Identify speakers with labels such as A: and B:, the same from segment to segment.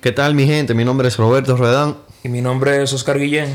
A: ¿Qué tal mi gente? Mi nombre es Roberto Redán.
B: Y mi nombre es Oscar Guillén.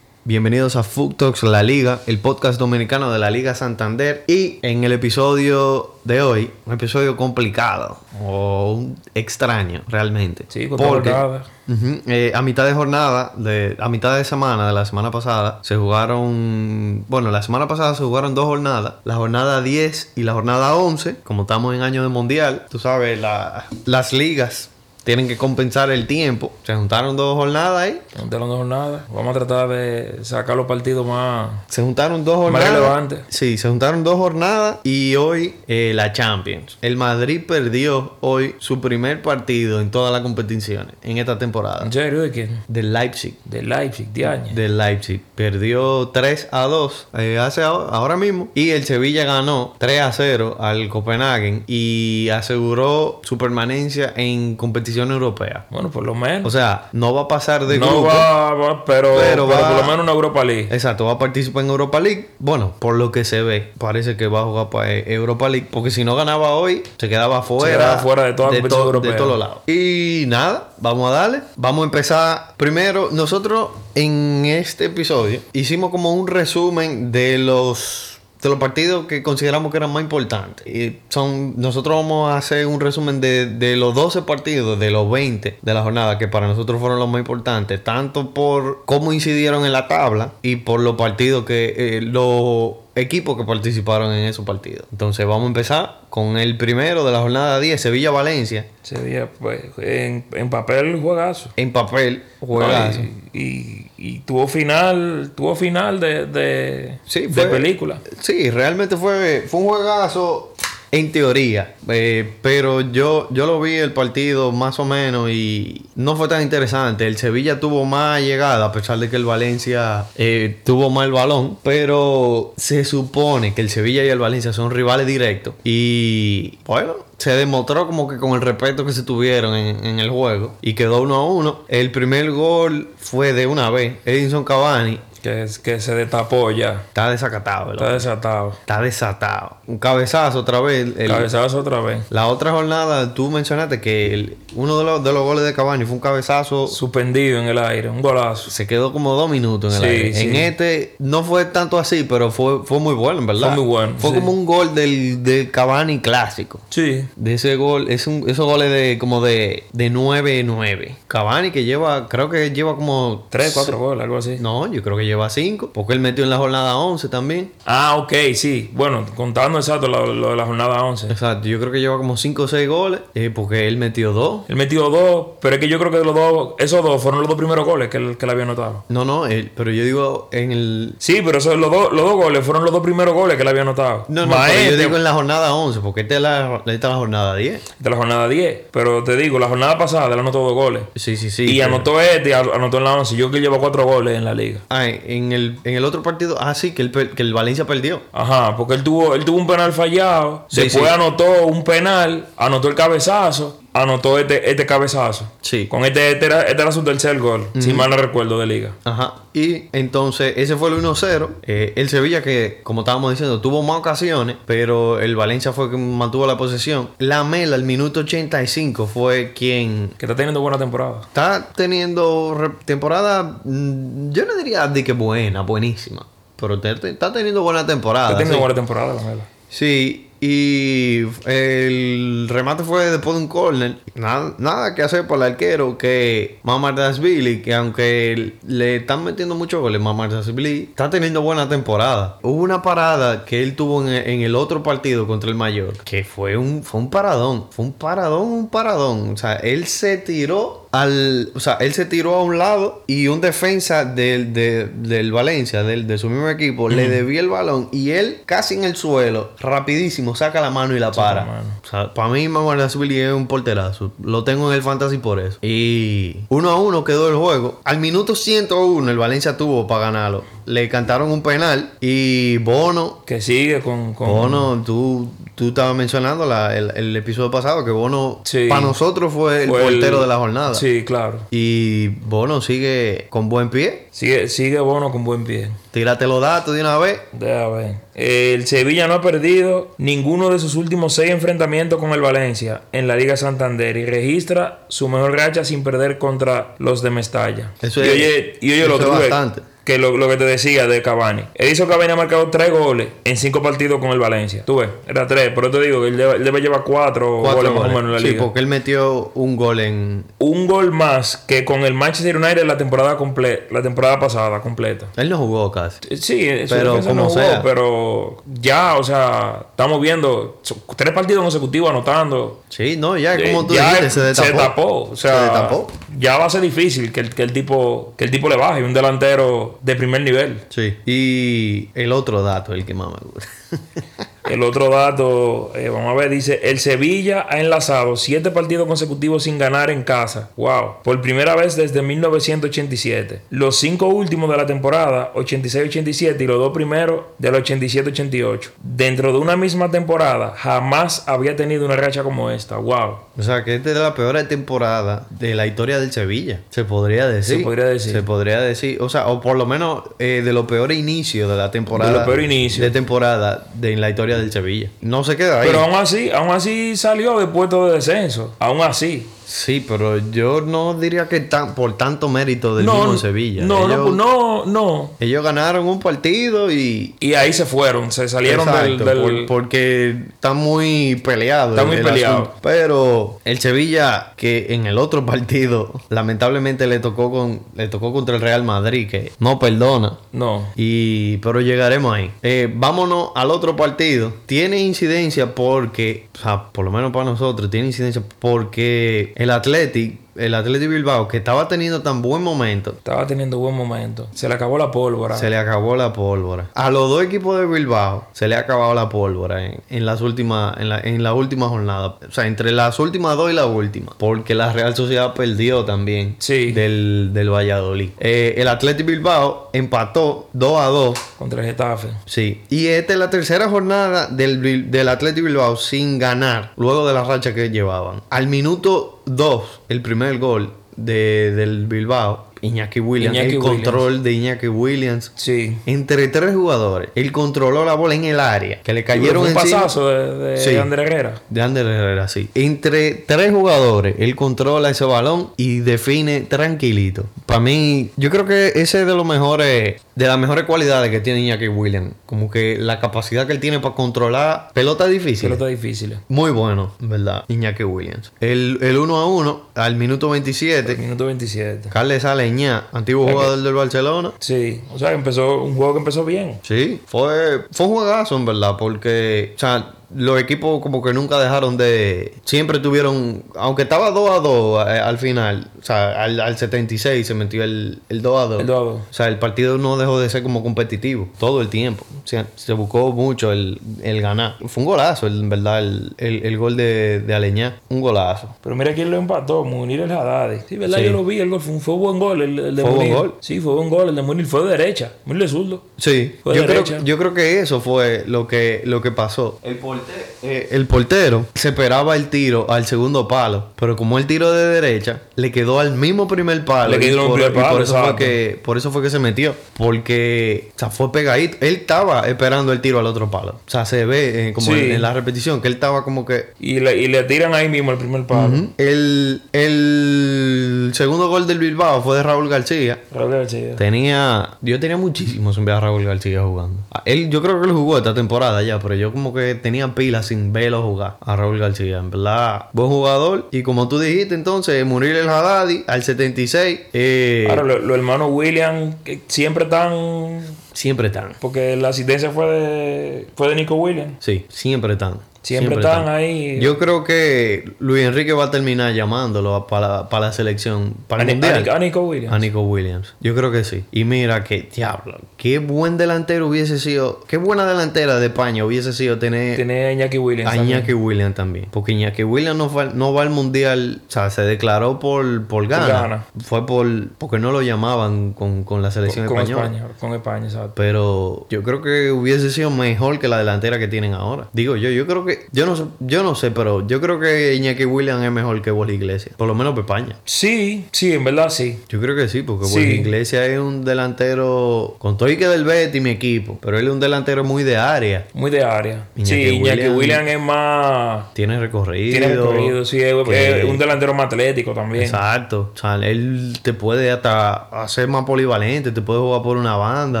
A: Bienvenidos a Food Talks La Liga, el podcast dominicano de la Liga Santander. Y en el episodio de hoy, un episodio complicado o un extraño realmente.
B: Sí, pues porque, porque
A: Ujú. Eh, a mitad de jornada, de, a mitad de semana, de la semana pasada, se jugaron. Bueno, la semana pasada se jugaron dos jornadas: la jornada 10 y la jornada 11. Como estamos en año de mundial, tú sabes, la- las ligas tienen que compensar el tiempo. Se juntaron dos jornadas ahí.
B: no tenemos jornada. Vamos a tratar de sacar los partidos más.
A: Se juntaron dos
B: Más
A: jornadas.
B: relevante.
A: Sí, se juntaron dos jornadas y hoy eh, la Champions. El Madrid perdió hoy su primer partido en todas las competiciones en esta temporada.
B: ¿En serio? ¿De quién?
A: Del Leipzig.
B: De Leipzig, de año.
A: del Leipzig. Perdió 3 a 2 eh, hace ahora, ahora mismo. Y el Sevilla ganó 3 a 0 al Copenhagen y aseguró su permanencia en competición europea.
B: Bueno, por lo
A: O
B: menos.
A: sea, no va a pasar de
B: no
A: grupo.
B: va, va, pero,
A: Pero
B: pero,
A: va-
B: por lo menos una Europa League.
A: Exacto, va a participar en Europa League. Bueno, por lo que se ve, parece que va a jugar para Europa League. Porque si no ganaba hoy, se quedaba fuera.
B: quedaba fuera de toda competición
A: to-
B: europea.
A: de todos los lados. Y nada, vamos a darle. Vamos a empezar primero. Nosotros en este episodio hicimos como un resumen de los. De los partidos que consideramos que eran más importantes. Y son, nosotros vamos a hacer un resumen de, de los 12 partidos, de los 20 de la jornada, que para nosotros fueron los más importantes, tanto por cómo incidieron en la tabla y por los partidos que, eh, los equipos que participaron en esos partidos. Entonces vamos a empezar con el primero de la jornada 10, Sevilla-Valencia.
B: Sevilla, pues, en, en papel, juegazo.
A: En papel, juegazo.
B: Y, y- y tuvo final, tuvo final de, de,
A: Sí,
B: de
A: fue-
B: película.
A: Sí, realmente fue, fue un juegazo en teoría. eh, pero yo, yo lo vi el partido más o menos y no fue tan interesante. El Sevilla tuvo más llegada, a pesar de que el Valencia eh, tuvo más el balón. Pero se supone que el Sevilla y el Valencia son rivales directos. Y bueno, se demostró como que con el respeto que se tuvieron en, en el juego. Y quedó uno a uno. El primer gol fue de una vez. Edinson Cavani
B: Que, es- que se destapó ya.
A: está desacatado. el
B: Está desatado.
A: Está desatado. Un cabezazo otra vez. El-
B: Cabezazo otra vez.
A: la otra jornada, tú mencionaste que el- uno de los, de los goles de Cavani fue un cabezazo.
B: Suspendido en el aire. Un golazo.
A: Se quedó como dos minutos en el
B: Sí,
A: aire.
B: sí.
A: En este no fue tanto así, pero fue, fue muy bueno, en verdad.
B: Fue muy bueno,
A: Fue
B: sí.
A: como un gol del, del Cavani clásico.
B: Sí.
A: De ese gol, es un- esos goles de como de, de 9-9. Cavani que lleva, creo que lleva como...
B: Tres, cuatro goles, algo así.
A: No, yo creo que lleva cinco. Porque él metió en la jornada 11 también.
B: Ah, ok, sí. Bueno, contando exacto lo, lo de la jornada 11.
A: Exacto, yo creo que lleva como 5 o 6 goles, eh, porque él metió 2.
B: Él metió dos, pero es que yo creo que los dos, esos dos fueron los dos primeros goles que él, que él había anotado.
A: No, no, él, pero yo digo en el...
B: Sí, pero esos, los, dos, los dos goles fueron los dos primeros goles que él había anotado.
A: No, no,
B: Más
A: pero yo
B: este,
A: digo en la jornada 11, porque esta es la, esta es la jornada 10.
B: De la jornada 10. Pero te digo, la jornada pasada él anotó dos goles.
A: Sí, sí, sí.
B: y
A: pero-
B: anotó este y a- anotó en la 11. Yo creo que llevo cuatro goles en la liga.
A: Ah, en el, en el otro partido, ah, sí, que el, per- que el Valencia perdió.
B: Ajá, porque él tuvo, él tuvo un penal fallado.
A: Sí,
B: después
A: sí.
B: anotó un penal, anotó el cabezazo, anotó este, este cabezazo.
A: Sí.
B: Con este, este era, este era su tercer gol, si mal no recuerdo, de liga.
A: Ajá. Y entonces ese fue el 1-0. Eh, el Sevilla que, como estábamos diciendo, tuvo más ocasiones, pero el Valencia fue quien mantuvo la posesión. La Mela, al minuto 85, fue quien
B: Que está teniendo buena temporada.
A: Está teniendo re- temporada, mm, yo no diría de que buena, buenísima, pero te- te- está teniendo buena temporada.
B: Está teniendo
A: sí.
B: buena temporada, la verdad.
A: Sí, y el remate fue después de un corner. Nada, nada que hacer para el arquero que Mamardashvili, que aunque le están metiendo muchos goles, Mamardashvili está teniendo buena temporada. Hubo una parada que él tuvo en, en el otro partido contra el Mayor, que fue un, fue un paradón, fue un paradón, un paradón. O sea, él se tiró al, o sea, él se tiró a un lado y un defensa del, de- del Valencia, del, de su mismo equipo, le debía el balón y él casi en el suelo, rapidísimo, saca la mano y la para.
B: mano.
A: O sea, para mí Mamardashvili es un porterazo. Lo tengo en el fantasy por eso. Y uno a uno quedó el juego. Al minuto 101 el Valencia tuvo para ganarlo. le cantaron un penal y Bono,
B: Que sigue con. con-
A: Bono, tú, tú estabas mencionando la- el, el episodio pasado que Bono
B: Sí.
A: para nosotros fue el
B: fue
A: portero de la jornada.
B: Sí, claro.
A: Y Bono sigue con buen pie.
B: Sigue, sigue Bono con buen pie.
A: Tírate los datos de una vez.
B: Deja ver. El Sevilla no ha perdido ninguno de sus últimos seis enfrentamientos con el Valencia en la Liga Santander y registra su mejor racha sin perder contra los de Mestalla.
A: Eso
B: y
A: es-
B: oye, y oye
A: eso
B: lo
A: es
B: otro que-
A: bastante.
B: Que lo, lo que te decía de Cavani. Edison Cavani ha marcado tres goles en cinco partidos con el Valencia. Tú ves, era tres, pero te digo que él debe, él debe llevar cuatro,
A: Cuatro
B: goles más o
A: goles.
B: menos en la
A: sí,
B: liga.
A: porque él metió un gol en.
B: Un gol más que con el Manchester United la temporada comple- la temporada pasada completa.
A: Él no jugó casi.
B: Sí, su
A: Pero
B: defensa
A: como
B: no jugó,
A: sea.
B: pero ya, o sea, estamos viendo so- tres partidos consecutivos anotando.
A: Sí, no, ya como
B: Eh,
A: tú
B: ya
A: dijiste, se destapó.
B: tapó, o sea,
A: Se destapó.
B: ya va a ser difícil que el, que el tipo que el tipo le baje un delantero de primer nivel.
A: Sí. Y el otro dato, el que más me gusta.
B: El otro dato, eh, vamos a ver, dice, el Sevilla ha enlazado siete partidos consecutivos sin ganar en casa. Wow, por primera vez desde 1987. Los cinco últimos de la temporada, 86-87 y los dos primeros del 87-88. Dentro de una misma temporada, jamás había tenido una racha como esta. Wow.
A: O sea, que esta es la peor temporada de la historia del Sevilla. Se podría decir.
B: Se podría decir.
A: Se podría decir. O sea, o por lo menos eh, de los peores inicios de la temporada.
B: De los peores inicios.
A: De temporada de, en la historia del Sevilla. No se queda ahí.
B: Pero aún así, aún así salió de puesto de descenso. Aún así.
A: Sí, pero yo no diría que tan, por tanto mérito del mismo Sevilla.
B: No,
A: ellos,
B: no, no, no.
A: ellos ganaron un partido y.
B: Y ahí se fueron, se salieron del...
A: Exacto,
B: del-
A: por- porque está muy peleado.
B: Está muy peleado.
A: Pero el Sevilla, que en el otro partido, lamentablemente le tocó con, le tocó contra el Real Madrid, que no perdona.
B: No.
A: Y, pero llegaremos ahí. Eh, vámonos al otro partido. Tiene incidencia porque, o sea, por lo menos para nosotros, tiene incidencia porque el Athletic, el Athletic Bilbao, que estaba teniendo tan buen momento,
B: Estaba teniendo buen momento. Se le acabó la pólvora.
A: se le acabó la pólvora. A los dos equipos de Bilbao se le ha acabado la pólvora en, en las últimas, en la, en la última jornada. O sea, entre las últimas dos y la última. Porque la Real Sociedad perdió también
B: Sí.
A: del, del Valladolid. Eh, el Athletic Bilbao empató 2 a 2.
B: Contra el Getafe.
A: Sí. Y esta es la tercera jornada del, Bil- del Athletic Bilbao sin ganar. Luego de la racha que llevaban. Al minuto 2, el primer gol de- del Bilbao. Iñaki Williams.
B: Iñaki
A: el
B: Williams.
A: control de Iñaki Williams.
B: Sí.
A: Entre tres jugadores. Él controló la bola en el área. Que le
B: Fue
A: cayeron
B: un
A: encima.
B: pasazo de, de
A: Sí.
B: André Herrera.
A: De Ander Herrera, sí. Entre tres jugadores, él controla ese balón y define tranquilito. Para mí, yo creo que ese es de los mejores, de las mejores cualidades que tiene Iñaki Williams. Como que la capacidad que él tiene para controlar pelota difícil.
B: Pelota difícil.
A: Muy bueno, en ¿verdad? Iñaki Williams. El, el 1 a 1 al minuto 27.
B: Minuto 27.
A: Carles Aleñá, antiguo jugador del Barcelona.
B: Sí. O sea, empezó un juego que empezó bien.
A: Sí, fue, fue un juegazo en verdad, porque, o sea, los equipos como que nunca dejaron de. Siempre tuvieron. Aunque estaba 2 a 2 eh, al final, o sea, al, al 76 se metió el, el 2 a 2.
B: El 2 a 2.
A: O sea, el partido no dejó de ser como competitivo todo el tiempo. O sea, se buscó mucho el, el ganar. Fue un golazo, el- en verdad, el, el- el gol de, de Aleñá. Un golazo.
B: Pero mira quién lo empató, Munir el Haddad. Sí, ¿verdad?
A: Sí.
B: Yo lo vi, el gol fue un, fue un buen gol. El, el de
A: Fue buen
B: Munir.
A: gol.
B: Sí, fue buen gol. El de Munir fue de derecha. Munir de zurdo.
A: Sí,
B: Fue
A: yo creo,
B: derecha.
A: yo creo que eso fue lo que, lo que pasó. El portero, el portero se esperaba el tiro al segundo palo, pero como el tiro de derecha le quedó al mismo primer palo.
B: Le quedó
A: y
B: al
A: por-
B: primer
A: y por
B: palo,
A: eso fue
B: exacto.
A: que Por eso fue que se metió, porque o sea, fue pegadito. Él estaba esperando el tiro al otro palo. O sea, se ve eh, como
B: Sí.
A: en, en la repetición que él estaba como que... ¿Mm?
B: Y le, y le tiran ahí mismo el primer palo.
A: el, el segundo gol del Bilbao fue de Raúl García.
B: Raúl García.
A: Tenía. Yo tenía muchísimos en ver a Raúl García jugando. A Él, yo creo que lo jugó esta temporada ya, pero yo como que tenía pilas sin verlo jugar a Raúl García. En verdad, buen jugador. Y como tú dijiste entonces, Muriel El Haddadi al 76. eh,
B: Ahora, los lo hermanos Williams que siempre están.
A: siempre están.
B: Porque la asistencia fue de, fue de Nico Williams.
A: Sí, siempre están.
B: Siempre, están, ahí.
A: Yo creo que Luis Enrique va a terminar llamándolo para, para la selección. Para
B: a,
A: el
B: Ni- a
A: mundial.
B: Ni- a Nico Williams.
A: A Nico Williams. Yo creo que sí. Y mira que, diablo, qué buen delantero hubiese sido, qué buena delantera de España hubiese sido tener
B: Tiene a Iñaki Williams.
A: a
B: también.
A: Iñaki Williams también. Porque Iñaki Williams no, fue- no va al mundial, o sea, se declaró por, por Ghana.
B: Ghana.
A: Fue por, porque no lo llamaban con, con la selección
B: con
A: española.
B: España. Con España, exacto.
A: Pero yo creo que hubiese sido mejor que la delantera que tienen ahora. Digo yo, yo creo que, yo no sé, yo no sé, pero yo creo que Iñaki Williams es mejor que Bola Iglesias. Por lo menos para España.
B: Sí, sí, en verdad sí.
A: Yo creo que sí, porque
B: Sí.
A: Borja Iglesias es un delantero. Con todo y que del Betty, mi equipo. Pero él es un delantero muy de área.
B: Muy de área.
A: Iñaki
B: sí, Iñaki
A: Williams.
B: Williams es más.
A: Tiene recorrido.
B: Tiene recorrido, sí. Es,
A: que-
B: es un delantero más atlético también.
A: Exacto. O sea, él te puede hasta hacer más polivalente, te puede jugar por una banda.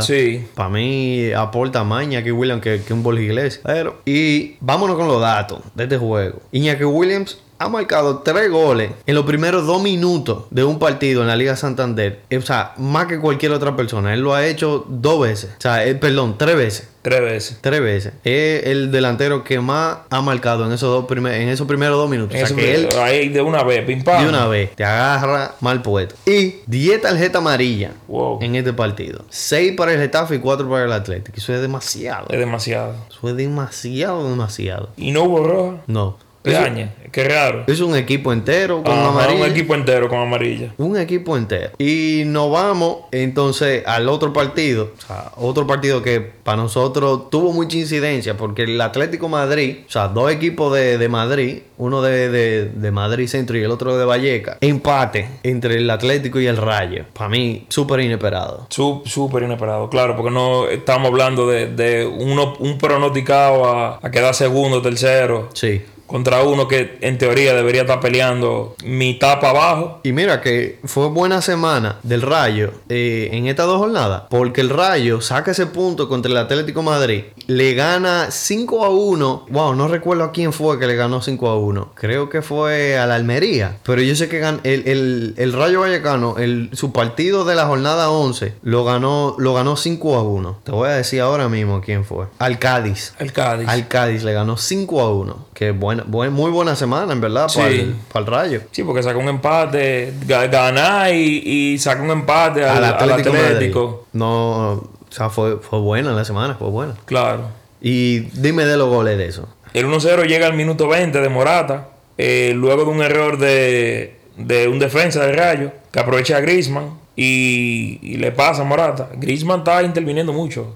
B: Sí.
A: Para mí aporta más Iñaki Williams que, que un Borja Iglesias. Pero, y vámonos con los datos de este juego. Iñaki Williams ha marcado tres goles en los primeros dos minutos de un partido en la Liga Santander. O sea, más que cualquier otra persona. Él lo ha hecho dos veces. O sea, él, perdón, tres veces.
B: Tres veces.
A: Tres veces. Es el delantero que más ha marcado en esos, dos primer- en esos primeros dos minutos. O sea,
B: Eso-
A: que él
B: ahí de una vez, pim pam.
A: de una vez te agarra mal puesto. Y 10 tarjetas amarillas
B: Wow.
A: en este partido. 6 para el Getafe y 4 para el Atlético. Eso es demasiado.
B: Es demasiado.
A: Eso es demasiado, demasiado.
B: Y no hubo roja.
A: No. Eso,
B: Peaña. Qué raro.
A: es un equipo entero con
B: Ajá,
A: amarilla.
B: un equipo entero con amarilla.
A: Un equipo entero. Y nos vamos entonces al otro partido. O sea, otro partido que para nosotros tuvo mucha incidencia porque el Atlético Madrid, o sea, dos equipos de, de Madrid, uno de, de- de Madrid Centro y el otro de Valleca, empate entre el Atlético y el Rayo. Para mí, súper inesperado.
B: Sú- Súper inesperado, claro, porque no estamos hablando de, de uno, un pronosticado a, a quedar segundo, tercero,
A: Sí.
B: contra uno que en teoría debería estar peleando mitad para abajo.
A: Y mira que fue buena semana del Rayo eh, en estas dos jornadas, porque el Rayo saca ese punto contra el Atlético Madrid, le gana 5 a 1. Wow, no recuerdo a quién fue que le ganó 5 a 1. Creo que fue a la Almería, pero yo sé que gan- el, el- el Rayo Vallecano, el- su partido de la jornada 11, lo ganó, lo ganó 5 a 1. Te voy a decir ahora mismo quién fue. Al Cádiz.
B: El Cádiz.
A: Al Cádiz le ganó 5 a 1. Que buena, buen- muy buena semana, en verdad, para
B: Sí.
A: el- para el Rayo.
B: Sí, porque saca un empate, ga- ganar y, y saca un empate al,
A: al
B: al
A: Atlético.
B: Atlético.
A: Madrid. No, o sea, fue, fue buena la semana, fue buena.
B: Claro.
A: Y dime de los goles de eso.
B: El 1-0 llega al minuto 20 de Morata, eh, luego de un error de, de un defensa de Rayo, que aprovecha a Grisman y, y le pasa a Morata. Grisman está interviniendo mucho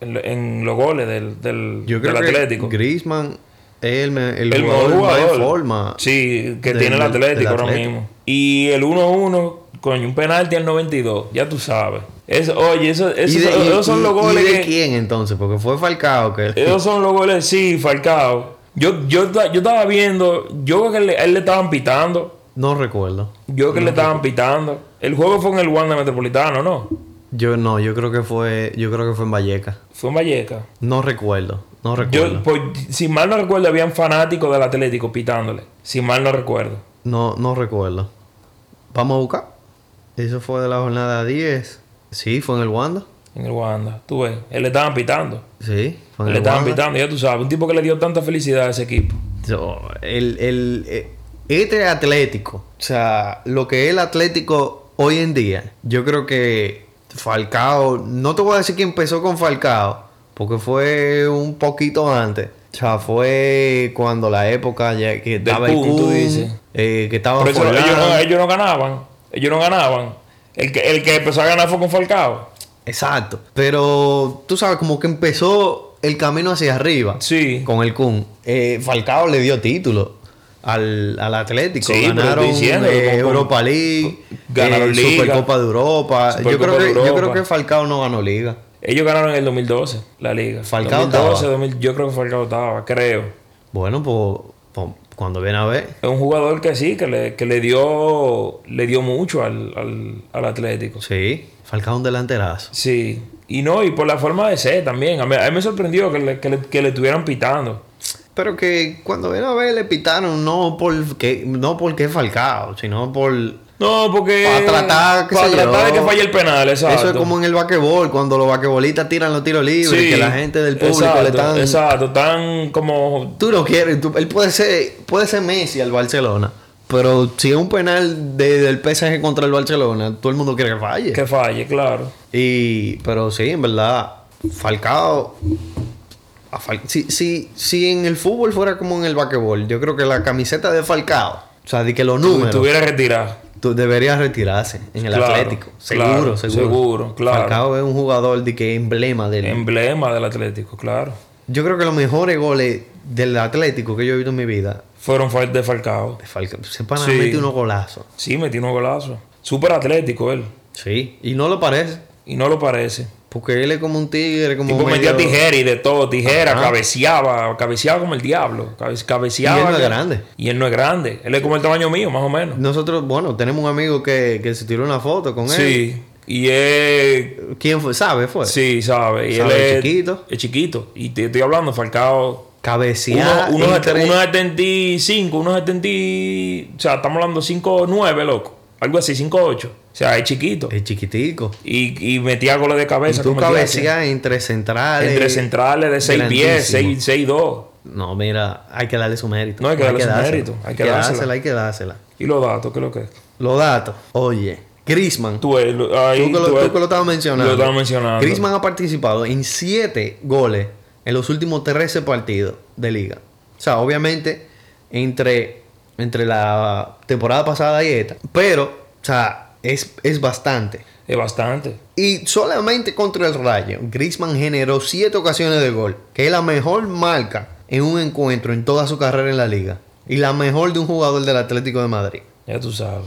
B: en, lo- en los goles del, del,
A: Yo creo
B: del
A: que
B: Atlético.
A: Griezmann es el, me- el
B: el
A: jugador,
B: mejor
A: más
B: jugador
A: en forma.
B: sí, que
A: del-
B: tiene
A: del-
B: el
A: del
B: Atlético ahora
A: Atlético.
B: mismo. Y el 1-1, con un penalti al 92, ya tú sabes. Eso- oye, eso,
A: ¿Y
B: eso-
A: de- y-
B: esos son
A: y-
B: los
A: y
B: goles
A: de
B: que... Eh.
A: quién entonces? Porque fue Falcao que...
B: Esos son los goles, sí, Falcao. Yo, yo, ta- yo estaba viendo, yo creo que le- a él le estaban pitando.
A: No recuerdo.
B: Yo creo que le estaban pitando. El juego fue en el Wanda Metropolitano, ¿no?
A: Yo no, yo creo que fue, yo creo que fue en Valleca.
B: Fue en Valleca.
A: No recuerdo, no recuerdo.
B: Yo, pues, si mal no recuerdo, habían fanáticos del Atlético pitándole. Si mal no recuerdo.
A: No, no recuerdo. Vamos a buscar. Eso fue de la jornada 10. Sí, fue en el Wanda.
B: En el Wanda. Tú ves, él le estaban pitando.
A: Sí, fue en
B: Él le
A: el
B: estaban
A: Wanda.
B: pitando, ya tú sabes. Un tipo que le dio tanta felicidad a ese equipo.
A: So, el, el, eh, este Atlético, o sea, lo que es el Atlético hoy en día, yo creo que Falcao, no te voy a decir que empezó con Falcao, porque fue un poquito antes. O sea, fue cuando la época ya que estaba el
B: Kun, tú
A: Kun,
B: dices.
A: eh, que estaba
B: Pero eso-
A: Forlán.
B: ellos, no, ellos no ganaban. Ellos no ganaban. El que, el que empezó a ganar fue con Falcao.
A: Exacto. Pero tú sabes, como que empezó el camino hacia arriba.
B: Sí.
A: Con el Kun. Eh, Falcao le dio título al, al Atlético.
B: Sí, pero estoy
A: ganaron
B: diciendo,
A: eh,
B: con- con-
A: Europa League.
B: Ganaron
A: eh,
B: Liga.
A: Supercopa de Europa. Yo
B: Supercopa
A: creo, que,
B: de
A: yo
B: Europa.
A: creo que Falcao no ganó Liga.
B: Ellos ganaron en el 2012 la liga.
A: Falcao
B: 2012,
A: estaba.
B: 2000, yo creo que Falcao estaba, creo.
A: Bueno, pues, pues, cuando viene a ver.
B: Es un jugador que sí, que le, que le dio le dio mucho al, al, al Atlético.
A: Sí. Falcao un delanterazo.
B: Sí. Y no, y por la forma de ser también. A mí, a mí me sorprendió que le, que, le, que le estuvieran pitando.
A: Pero que cuando viene a ver le pitaron no porque, no porque es Falcao, sino por
B: No, porque.
A: Para tratar, qué
B: para
A: sé
B: tratar de
A: yo.
B: que falle el penal, exacto.
A: Eso es como en el vaquebol, cuando los vaquebolistas tiran los tiros libres,
B: Sí,
A: que la gente del público
B: exacto,
A: le están.
B: Exacto, tan como.
A: Tú lo quieres, tú- él puede ser, puede ser Messi al Barcelona. Pero si es un penal de- del PSG contra el Barcelona, todo el mundo quiere que falle.
B: Que falle, claro.
A: Y, pero sí, en verdad, Falcao. a Fal- si, si, si en el fútbol fuera como en el vaquebol, yo creo que la camiseta de Falcao, o sea, de que los números,
B: Tuviera retirado.
A: tú deberías retirarse en el
B: Claro,
A: Atlético. Seguro,
B: claro,
A: seguro.
B: seguro, claro. Em-
A: Falcao es un jugador de que emblema del.
B: Emblema del Atlético, claro.
A: Yo creo que los mejores goles del Atlético que yo he visto en mi vida,
B: Fueron fal- de Falcao.
A: de Falcao, se para
B: Sí.
A: mete unos golazos.
B: Sí, metió un golazo. Súper atlético él.
A: Sí, y no lo parece,
B: Y no lo parece.
A: porque él es como un tigre, como
B: Tipo metía
A: medio-
B: tijera y de todo, tijera, cabeceaba, cabeceaba como el diablo, cabe- cabeceaba.
A: Y él no es
B: que-
A: grande.
B: Y él no es grande, él es como el tamaño mío, más o menos.
A: Nosotros, bueno, tenemos un amigo que, que se tiró una foto con él.
B: Sí, y es,
A: ¿Quién fue? ¿Sabe? Fue.
B: sí, sabe, y él
A: Sabe,
B: es
A: chiquito.
B: Es chiquito, y te estoy hablando, Falcao,
A: Cabecear.
B: unos
A: entre-
B: 75, unos 70, o sea, estamos hablando 5'9, loco, algo así, 5'8, o sea, es chiquito.
A: Es chiquitico.
B: Y, y metía goles de cabeza.
A: Tú
B: como te decía.
A: cabeceas entre centrales.
B: Entre centrales de 6 10 6 6 2
A: No, mira, hay que darle su mérito.
B: No, hay que darle su
A: dársela.
B: mérito. Hay que dársela.
A: Hay que dársela.
B: Y los datos, ¿qué es lo que es?
A: Los datos. Oye, Grisman. Tú,
B: Tú, eh, lo- ahí,
A: que lo,
B: tú,
A: tú
B: eh,
A: que lo estabas mencionando.
B: Lo estabas mencionando.
A: Griezmann ha participado en 7 goles en los últimos 13 partidos de liga. O sea, obviamente, entre, entre la temporada pasada y esta. Pero, o sea, es, es bastante.
B: Es bastante.
A: Y solamente contra el Rayo, Griezmann generó 7 ocasiones de gol, que es la mejor marca en un encuentro en toda su carrera en la liga. Y la mejor de un jugador del Atlético de Madrid.
B: Ya tú sabes.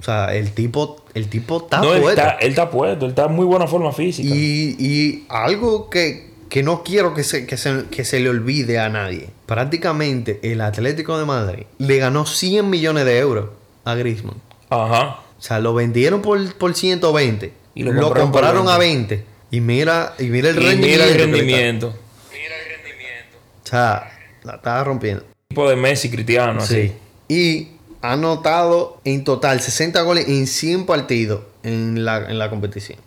A: O sea, el tipo, el tipo está
B: no, él
A: fuerte.
B: está, él está puesto, él está en muy buena forma física.
A: Y, y algo que, que no quiero que se, que, se, que se le olvide a nadie. Prácticamente el Atlético de Madrid le ganó 100 millones de euros a Griezmann.
B: Ajá.
A: O sea, lo vendieron por, por 120.
B: Y lo
A: lo
B: compraron por
A: compraron a 20. Y mira, y mira el
B: Y
A: rendimiento.
B: mira el
A: que le está-
B: rendimiento.
A: O sea, la estaba rompiendo.
B: Tipo de Messi, Cristiano,
A: Sí.
B: así.
A: Y ha anotado en total 60 goles en 100 partidos en la, en la competición.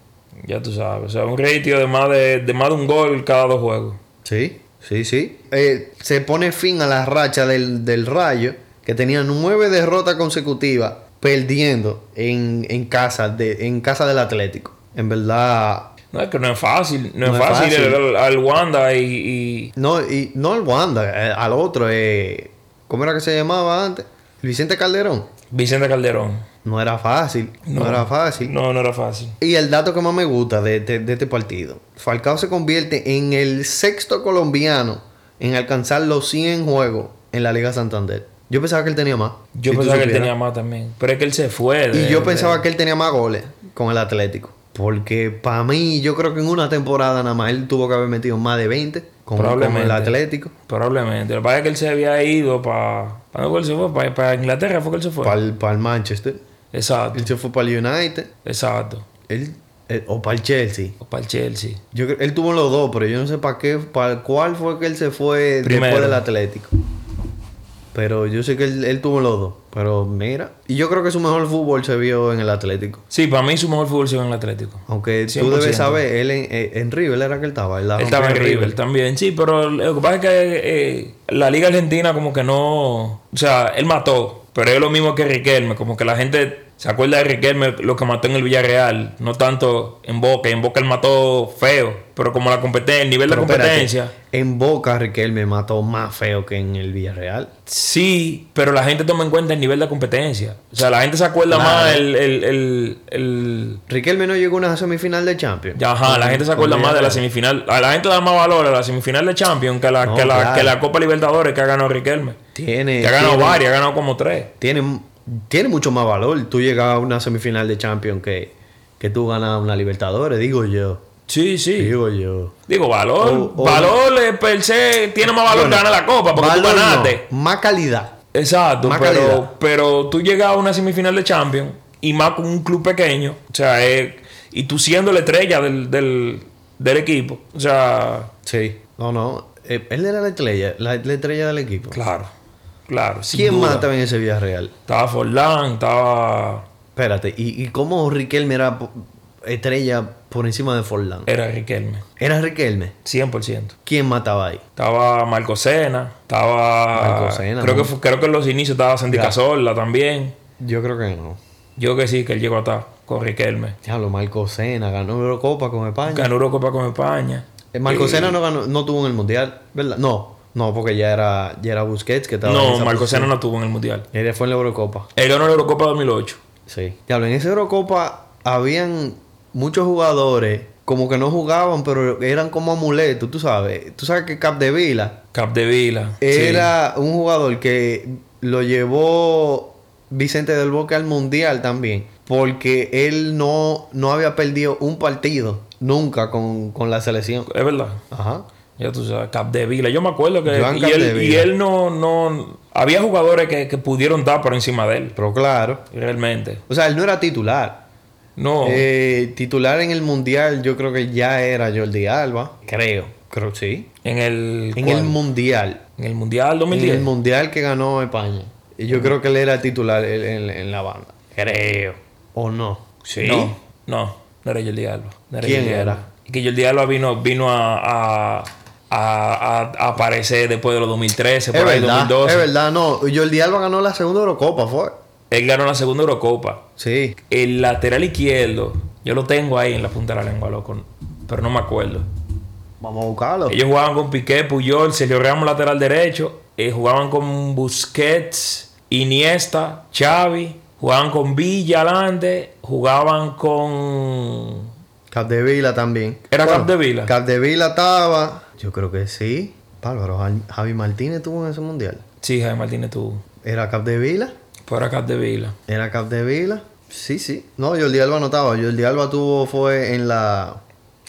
B: Ya tú sabes. O sea, un ratio de más de, de más de un gol cada dos juegos.
A: Sí, sí, sí. Eh, se pone fin a la racha del, del Rayo, que tenía nueve derrotas consecutivas perdiendo en, en casa, de, en casa del Atlético. En verdad,
B: No es que no es fácil. No, es fácil, Al, al Wanda y, y-
A: no, y no al Wanda, eh, al otro, eh, ¿cómo era que se llamaba antes? Vicente Calderón.
B: Vicente Calderón.
A: No era fácil, no, era fácil.
B: No, no era fácil.
A: Y el dato que más me gusta de, de- de este partido, Falcao se convierte en el sexto colombiano en alcanzar los 100 juegos en la Liga Santander. Yo pensaba que él tenía más.
B: Yo
A: si tú
B: pensaba que él
A: supieras.
B: tenía más también. Pero es que él se fue. de-
A: Y yo
B: de-
A: pensaba que él tenía más goles con el Atlético. Porque para mí, yo creo que en una temporada nada más él tuvo que haber metido más de 20 con, con el
B: Probablemente.
A: Atlético.
B: Probablemente. Lo que pasa es que él se había ido para. ¿Para dónde fue que él se fue? Para, Inglaterra fue que él se fue.
A: Para el, Manchester.
B: Exacto.
A: Él se fue para el United.
B: Exacto.
A: Él, él- o para el Chelsea.
B: O para el Chelsea.
A: Yo creo- él tuvo los dos, pero yo no sé para qué, para cuál fue que él se fue
B: Primero.
A: después del Atlético. Pero yo sé que él, él tuvo los dos. Pero mira, y yo creo que su mejor fútbol se vio en el Atlético.
B: Sí, para mí su mejor fútbol se fue en el Atlético.
A: Aunque tú
B: 100%.
A: debes saber, él en, eh, en River era que él estaba. Él, la
B: Él estaba en
A: rompió
B: River también, sí, pero lo que pasa es que eh, la Liga Argentina como que no... O sea, él mató, pero es lo mismo que Riquelme, como que la gente se acuerda de Riquelme lo que mató en el Villarreal, no tanto en Boca, en Boca él mató feo, pero como la competencia, el nivel
A: Pero
B: de
A: espérate,
B: competencia...
A: en Boca Riquelme mató más feo que en el Villarreal.
B: Sí, pero la gente toma en cuenta el nivel de competencia. O sea, la gente se acuerda
A: Claro.
B: más el, el, el, el-
A: Riquelme no llegó a una semifinal de Champions.
B: ya, Ajá, la gente se acuerda
A: Con
B: más de la
A: Villarreal.
B: semifinal. A la gente le da más valor a la semifinal de Champions que a la,
A: No,
B: que a la,
A: claro.
B: que a la Copa Libertadores que ha ganado Riquelme.
A: Tiene,
B: Que ha ganado
A: tiene-
B: varias, ha ganado como tres.
A: tiene, tiene mucho más valor tú llegas a una semifinal de Champions que, que tú ganas una Libertadores, digo yo.
B: Sí, sí.
A: Digo yo.
B: Digo, valor.
A: O- o-
B: valor eh, per se tiene más valor
A: Bueno,
B: que ganar la Copa porque tú
A: valor no,
B: ganaste.
A: más calidad.
B: Exacto,
A: Más calidad.
B: pero, pero tú llegas a una semifinal de Champions y más con un club pequeño, o sea, es- y tú siendo la estrella del, del, del equipo, o sea,
A: Sí. No, no. eh, él era la estrella, la, la estrella del equipo.
B: claro, claro. sin
A: ¿Quién
B: duda.
A: más estaba en ese Villarreal?
B: Estaba Forlán, estaba
A: Espérate, ¿y, y cómo Riquelme era po- estrella por encima de Forlán?
B: Era Riquelme.
A: ¿Era Riquelme?
B: 100%.
A: ¿Quién mataba ahí?
B: Estaba Marco Sena, estaba.
A: Marco Sena,
B: creo,
A: ¿no?
B: que fue- creo que en los inicios estaba Sandy Cazorla también.
A: Yo creo que no.
B: Yo que sí, que él llegó hasta con Riquelme.
A: Ya lo Marco Sena ganó Eurocopa con España.
B: Ganó Eurocopa con España.
A: Eh, Marco Sena no ganó, no tuvo en el mundial, ¿verdad? No, no, porque ya era, ya era Busquets que estaba. en
B: No,
A: esa
B: Marco
A: posición.
B: Sena no estuvo en el Mundial.
A: Él fue en la Eurocopa.
B: Él ganó la Eurocopa 2008.
A: Sí. Diablo, en esa Eurocopa habían muchos jugadores como que no jugaban, pero eran como amuletos, tú sabes. Tú sabes que Capdevila
B: Capdevila.
A: era un jugador que lo llevó Vicente del Bosque al Mundial también, porque él no, no había perdido un partido nunca con, con la selección.
B: Sí, es verdad.
A: Ajá.
B: Ya tú sabes, Capdevila. Yo me acuerdo que.
A: Joan
B: Y él, y
A: Capdevila.
B: él no, no. Había jugadores que, que pudieron dar por encima de él,
A: Pero claro.
B: realmente.
A: O sea, él no era titular.
B: No.
A: Eh, titular en el Mundial yo creo que ya era Jordi Alba. Creo. Creo sí.
B: en el.
A: En
B: ¿cuál?
A: el Mundial.
B: En el Mundial
A: En
B: 2010.
A: el Mundial que ganó España. Y yo creo que él era titular en, en- en la banda. Creo. ¿O no? Sí.
B: No, no, no era Jordi Alba. No
A: ¿Quién
B: Jordi
A: era?
B: Alba. Y que Jordi Alba vino, vino a, a, a- a- a aparecer después de los 2013,
A: Es
B: por ahí
A: verdad,
B: 2012.
A: es verdad, no. Jordi Alba ganó la segunda Eurocopa, fue.
B: Él ganó la segunda Eurocopa.
A: Sí.
B: El lateral izquierdo, yo lo tengo ahí en la punta de la lengua, loco, pero no me acuerdo.
A: Vamos a buscarlo.
B: Ellos jugaban con Piqué, Puyol, Sergio Ramos lateral derecho, eh, jugaban con Busquets, Iniesta, Xavi, jugaban con Villa Lande, jugaban con
A: Capdevila también.
B: ¿Era Capdevila?
A: Capdevila estaba. Yo creo que sí. Bárbaro, Jan- Javi Martínez tuvo en ese mundial.
B: Sí, Jaime Martínez tuvo. Pues
A: ¿Era Capdevila?
B: Por acá de Vila.
A: ¿Era Capdevila? Sí, sí. No, Jordi Alba no estaba. Jordi Alba tuvo, fue en la,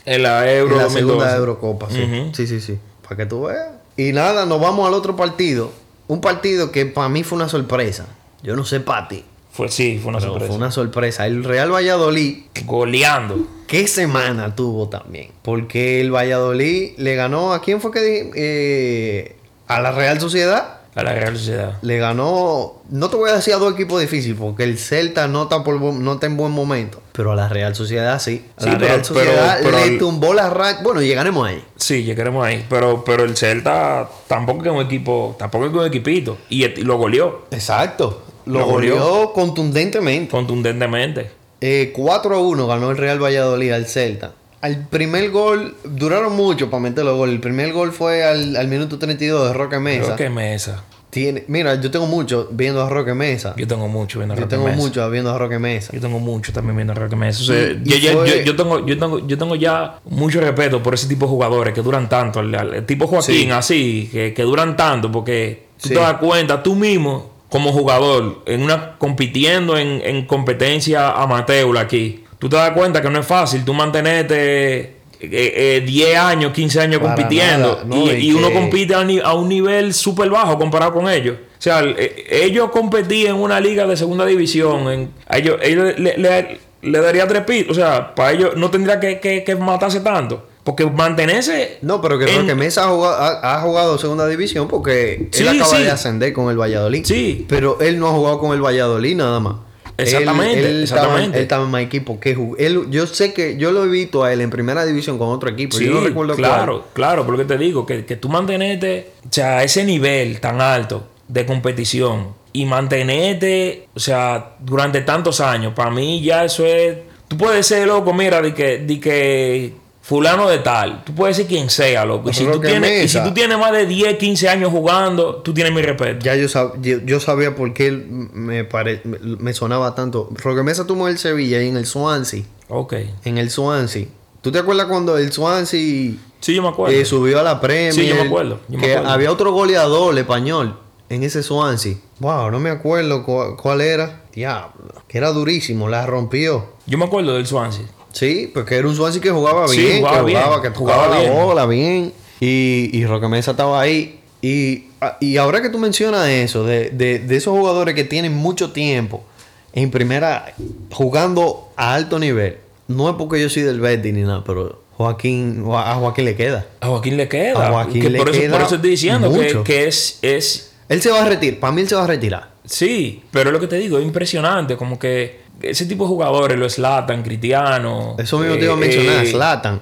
B: En la Euro
A: en la
B: 2012.
A: segunda Eurocopa. Sí.
B: Ujú.
A: sí, sí, sí. Para que tú veas. Y nada, nos vamos al otro partido. Un partido que para mí fue una sorpresa. Yo no sé para ti.
B: Fue, sí, fue una
A: Pero
B: sorpresa.
A: fue una sorpresa. El Real Valladolid,
B: Goleando.
A: ¿qué semana tuvo también? Porque el Valladolid le ganó, ¿a quién fue que di- eh, A la Real Sociedad.
B: A la Real Sociedad.
A: Le ganó, no te voy a decir a dos equipos difíciles, porque el Celta no está, por buen- no está en buen momento, pero a la Real Sociedad sí. A
B: Sí,
A: la
B: pero-
A: Real
B: pero-
A: Sociedad
B: pero
A: le
B: el-
A: tumbó la racha. Bueno, llegaremos ahí.
B: Sí, llegaremos ahí. Pero, pero el Celta tampoco es un equipo. Tampoco es un equipito. Y, et- y lo goleó
A: Exacto. Lo,
B: Lo
A: goleó,
B: goleó.
A: contundentemente.
B: contundentemente.
A: Eh, 4 a 1 ganó el Real Valladolid al Celta. Al primer gol, duraron mucho para meter los goles. El primer gol fue al, al minuto 32 de Roque Mesa.
B: Creo que Mesa.
A: Tiene, mira, yo tengo mucho viendo a Roque Mesa. Yo,
B: Yo tengo mucho viendo a Roque
A: tengo
B: Mesa.
A: mucho viendo a Roque Mesa.
B: Yo tengo mucho también viendo a Roque Mesa. O sea,
A: Y-
B: yo,
A: y
B: yo-
A: fue-
B: yo- yo tengo, yo, tengo, yo tengo ya mucho respeto por ese tipo de jugadores que duran tanto. El, el tipo Joaquín,
A: Sí.
B: así, que, que duran tanto porque tú
A: Sí.
B: te das cuenta tú mismo como jugador, en una compitiendo en, en competencia amateur aquí. Tú te das cuenta que no es fácil tú mantenerte eh, eh, 10 años, 15 años
A: Para
B: compitiendo
A: nada, no,
B: y,
A: y
B: y uno
A: que-
B: compite compite a, ni- a un nivel súper bajo comparado con ellos. O sea, el- eh, ellos competían en una liga de segunda división. En, a ellos ellos le, le- le daría tres pit. O sea, para ellos no tendría que, que- que matarse tanto. Porque mantenerse.
A: No, pero que
B: en-
A: Roque Mesa ha jugado, ha- ha jugado segunda división porque
B: Sí,
A: él acaba
B: sí.
A: de ascender con el Valladolid.
B: Sí.
A: Pero él no ha jugado con el Valladolid nada más.
B: Exactamente,
A: Él, él Estaba,
B: exactamente.
A: él estaba en mi equipo. Que jugó- él, yo sé que yo lo he visto a él en primera división con otro equipo.
B: Sí,
A: Pues yo no recuerdo cuál.
B: claro, claro, porque te digo que, que tú mantenerte, o sea, a ese nivel tan alto de competición y mantenerte, o sea, durante tantos años, para mí ya eso es. Tú puedes ser loco, mira, de que, de que fulano de tal, tú puedes ser quien sea, loco. Y si, tú
A: Roque
B: tienes, y si
A: Mesa.
B: tú tienes más de 10, 15 años jugando, tú tienes mi respeto.
A: Ya yo, sab- yo, yo sabía por qué él me, pare- me- me sonaba tanto. Roque Mesa tomó el Sevilla y en el Swansea.
B: Ok.
A: En el Swansea. ¿Tú te acuerdas cuando el Swansea
B: Sí, yo me acuerdo.
A: eh, subió a la Premier?
B: Sí, yo me acuerdo, yo me
A: que
B: acuerdo.
A: había otro goleador el español en ese Swansea. Wow, no me acuerdo cu- cuál era. Diablo. Que era durísimo, la rompió.
B: Yo me acuerdo del Swansea.
A: Sí, porque era un Swansea que jugaba
B: Sí,
A: bien,
B: jugaba
A: que
B: bien,
A: jugaba, que
B: jugaba
A: tocaba la
B: bien.
A: bola bien. Y, y Roque Mesa estaba ahí. Y, a- y ahora que tú mencionas eso, de, de- de esos jugadores que tienen mucho tiempo en primera, jugando a alto nivel, no es porque yo soy del Betis ni nada, pero Joaquín, a Joaquín le queda.
B: A Joaquín le queda.
A: A Joaquín
B: que
A: le
B: por, eso,
A: queda
B: por eso estoy diciendo que,
A: mucho.
B: que es, es
A: Él se va a retirar, para mí él se va a retirar.
B: Sí, pero es lo que te digo, es impresionante, como que ese tipo de jugadores, los Slatan, Cristiano. eh,
A: Eso mismo te iba a mencionar, Slatan.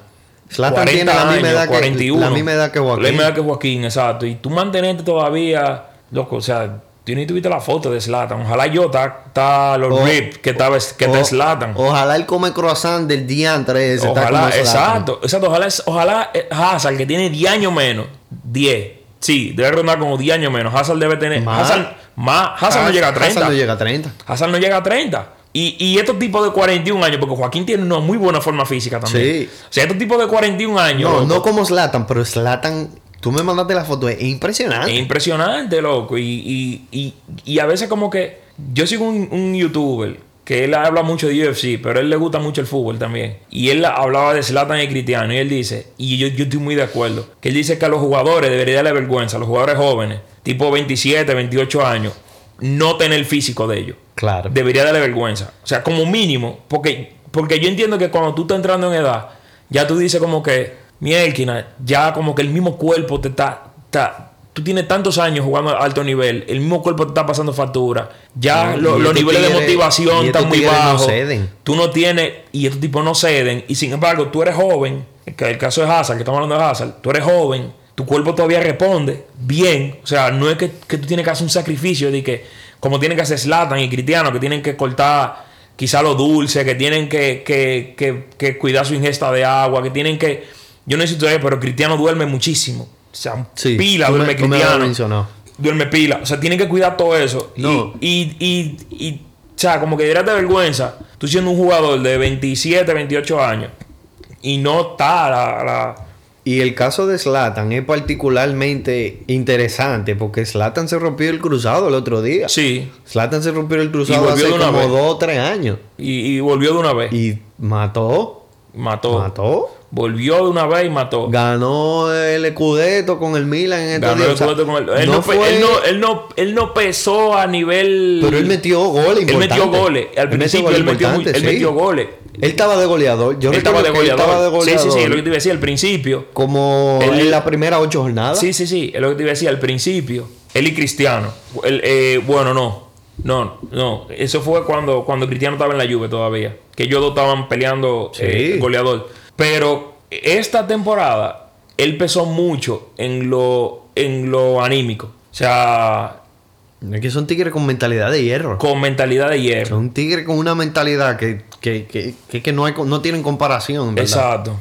A: Slatan tiene la misma, edad que, la misma edad que Joaquín.
B: La misma edad que Joaquín, exacto. Y tú mantenerte todavía, loco, o sea, tú ni tuviste la foto de Slatan. Ojalá yo está los
A: O-
B: rip que está que
A: O-
B: está Zlatan.
A: Ojalá él come croissant del día antes.
B: Ojalá, exacto, exacto. Ojalá, es- ojalá eh, Hazard, que tiene 10 años menos, 10. Sí, debe rondar como 10 años menos. Hazard debe tener.
A: Más. Ah,
B: Hazard, más, Hazard no llega a 30.
A: Hazard no llega a 30.
B: Hazard no llega a 30. Y, y estos tipos de 41 años, porque Joaquín tiene una muy buena forma física también.
A: Sí.
B: O sea, estos tipos de 41 años.
A: No,
B: loco,
A: no como Slatan, pero Slatan, tú me mandaste la foto, es
B: Es Eh,
A: impresionante.
B: impresionante, loco. Y, y, y, y a veces como que... Yo sigo un, un youtuber que él habla mucho de UFC, pero a él le gusta mucho el fútbol también. Y él hablaba de Zlatan y Cristiano. Y él dice, y yo, yo estoy muy de acuerdo, que él dice que a los jugadores debería darle vergüenza, a los jugadores jóvenes, tipo 27, 28 años, no tener el físico de ellos.
A: Claro.
B: Debería darle vergüenza. O sea, como mínimo, porque, porque yo entiendo que cuando tú estás entrando en edad, ya tú dices como que, mielquina, ya como que el mismo cuerpo te está, está- tú tienes tantos años jugando a alto nivel, el mismo cuerpo te está pasando factura, ya
A: Y
B: lo-
A: estos
B: los niveles de
A: tigres-
B: motivación
A: y
B: están
A: estos
B: muy
A: tigres no
B: bajos.
A: ceden.
B: Tú no tienes, y estos tipos no ceden, y sin embargo, tú eres joven, que el caso de Hazard, que estamos hablando de Hazard, tú eres joven, tu cuerpo todavía responde bien, o sea, no es que, que tú tienes que hacer un sacrificio de que, como tienen que hacer Slatan y Cristiano, que tienen que cortar quizá lo dulce, que tienen que, que, que- que cuidar su ingesta de agua, que tienen que, yo no sé si ustedes, pero Cristiano duerme muchísimo, o sea,
A: Sí,
B: pila
A: tú me-
B: duerme
A: tú me lo
B: Cristiano
A: mencionó.
B: duerme pila. O sea, tienen que cuidar todo eso.
A: No.
B: Y, y, y, y, o sea, como que dirás de vergüenza, tú siendo un jugador de 27, 28 años y no está la. la-
A: Y el caso de Slatan es particularmente interesante porque Slatan se rompió el cruzado el otro día.
B: Sí.
A: Slatan se rompió el
B: Y
A: cruzado
B: volvió
A: hace
B: de una
A: como
B: vez.
A: dos o tres años.
B: Y, y volvió de una vez.
A: Y mató,
B: mató.
A: mató.
B: Volvió de una vez y mató.
A: Ganó el Scudetto con el Milan en estos
B: Ganó
A: días.
B: el
A: O sea,
B: cuarto con el- él, no
A: no
B: pe-
A: fue-
B: él no- él no- él no pesó a nivel.
A: Pero él metió goles
B: Él
A: importantes.
B: metió goles.
A: Él
B: Al
A: metió
B: principio
A: goles
B: él, metió, mu-
A: importantes,
B: él
A: sí.
B: metió goles.
A: Él estaba de goleador. Yo
B: Él estaba de
A: recuerdo que él
B: goleador.
A: estaba de
B: Sí, sí, sí. es
A: goleador.
B: Lo que te iba a decir al principio.
A: Como
B: Él-
A: en las primeras ocho jornadas.
B: Sí, sí, sí. Es lo que te iba a decir al principio. Él y Cristiano. El, eh, bueno, no. No, no. Eso fue cuando, cuando Cristiano estaba en la lluvia todavía. Que ellos dos estaban peleando
A: Sí.
B: eh, goleador. Pero esta temporada, él pesó mucho en lo, en lo anímico. O sea,
A: Es que son tigres con mentalidad de hierro.
B: con mentalidad de hierro.
A: Son tigres con una mentalidad que, que, que, que- que no, hay, co- no tienen comparación. ¿verdad?
B: Exacto.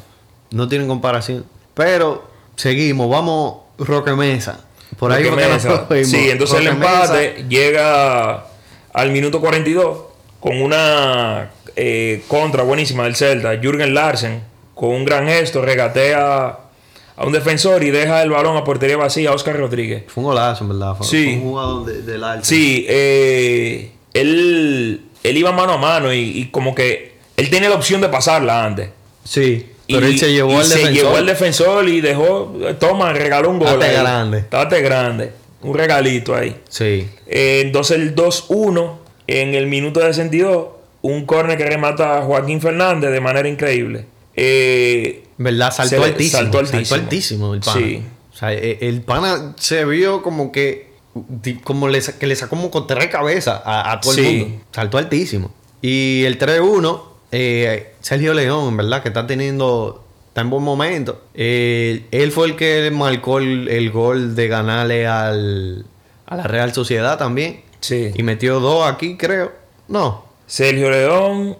A: No tienen comparación. Pero seguimos. Vamos, Roque Mesa. Por ahí
B: Roque
A: fue que
B: Mesa.
A: nos fuimos.
B: Sí, entonces el
A: Roque
B: empate
A: Mesa,
B: llega al minuto 42 con una eh, contra buenísima del Celta. Jürgen Larsen, con un gran gesto, regatea a un defensor y deja el balón a portería vacía a Oscar Rodríguez.
A: Fue un golazo, en verdad. Fue,
B: Sí.
A: fue un jugador de- del alto.
B: Sí, eh, él, él iba mano a mano y, y como que él tenía la opción de pasarla antes.
A: Sí.
B: Y-
A: Pero él se llevó
B: y
A: al
B: se
A: defensor.
B: llevó al defensor y dejó, toma, regaló un gol.
A: Tate
B: ahí.
A: grande.
B: Tate grande. Un regalito ahí.
A: Sí.
B: Eh, Entonces el 2-1 en el minuto 62, un córner que remata a Joaquín Fernández de manera increíble. Eh,
A: ¿Verdad?
B: Se
A: Saltó
B: le-
A: altísimo.
B: saltó altísimo.
A: altísimo el pana.
B: Sí.
A: O sea, e- el pana se vio como que. di- Como le, sa- que le sacó como con tres cabezas a, a todo
B: Sí.
A: el mundo. Saltó altísimo. Y el 3-1, eh, Sergio León, en verdad, que está teniendo. Está en buen momento. Eh, él fue el que marcó el, el gol de ganarle al, a la Real Sociedad también.
B: sí.
A: Y metió dos aquí, creo. No.
B: Sergio León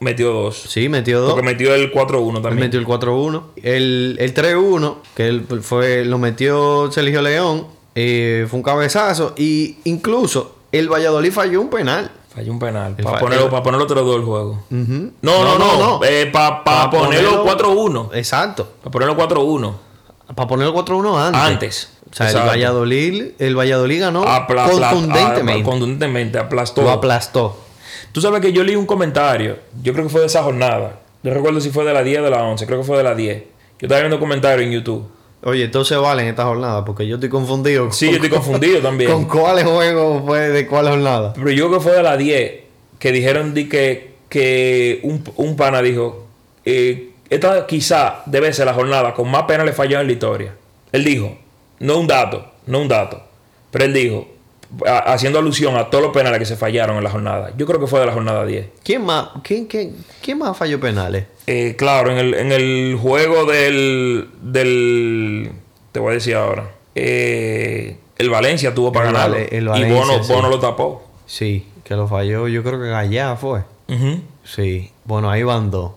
B: metió dos.
A: Sí, metió dos.
B: Porque metió el 4-1
A: Él
B: también.
A: metió el 4-1. El, el 3-1, que él fue, lo metió Sergio León, eh, fue un cabezazo. Y incluso el Valladolid falló un penal.
B: Falló un penal.
A: El
B: Para
A: fa-
B: ponerlo,
A: el-
B: para ponerlo 3-2 el juego.
A: Ujú.
B: No, no, no.
A: no.
B: para
A: Pa'
B: ponerlo
A: ponerlo-
B: 4-1.
A: Exacto.
B: Para ponerlo 4-1.
A: Para poner el 4-1 antes.
B: Antes.
A: O sea,
B: Exacto.
A: el Valladolid, el Valladolid ganó
B: Apla- apla-
A: contundentemente.
B: a- contundentemente. Aplastó.
A: Lo aplastó.
B: Tú sabes que yo leí un comentario, yo creo que fue de esa jornada. No recuerdo si fue de la 10 o de la 11, creo que fue de la 10. Yo estaba viendo un comentario en YouTube.
A: Oye, entonces valen esta jornada, porque yo estoy confundido. con-
B: Sí, yo estoy confundido también.
A: ¿Con cuál juego fue de cuál jornada?
B: Pero yo creo que fue de la 10 que dijeron di que, que un, un pana dijo, eh, esta quizá debe ser la jornada con más pena le fallado en la historia. Él dijo, no un dato, no un dato, pero él dijo, a- haciendo alusión a todos los penales que se fallaron en la jornada. Yo creo que fue de la jornada 10.
A: ¿Quién más, quién, quién- quién más falló penales?
B: Eh, claro, en el, en el juego del, del. Te voy a decir ahora. Eh, el Valencia tuvo para
A: El
B: ganar.
A: Vale- el
B: y
A: Valencia,
B: Bono,
A: sí.
B: Bono lo tapó.
A: Sí, que lo falló, yo creo que allá fue.
B: Ujú.
A: Sí, bueno, ahí van dos.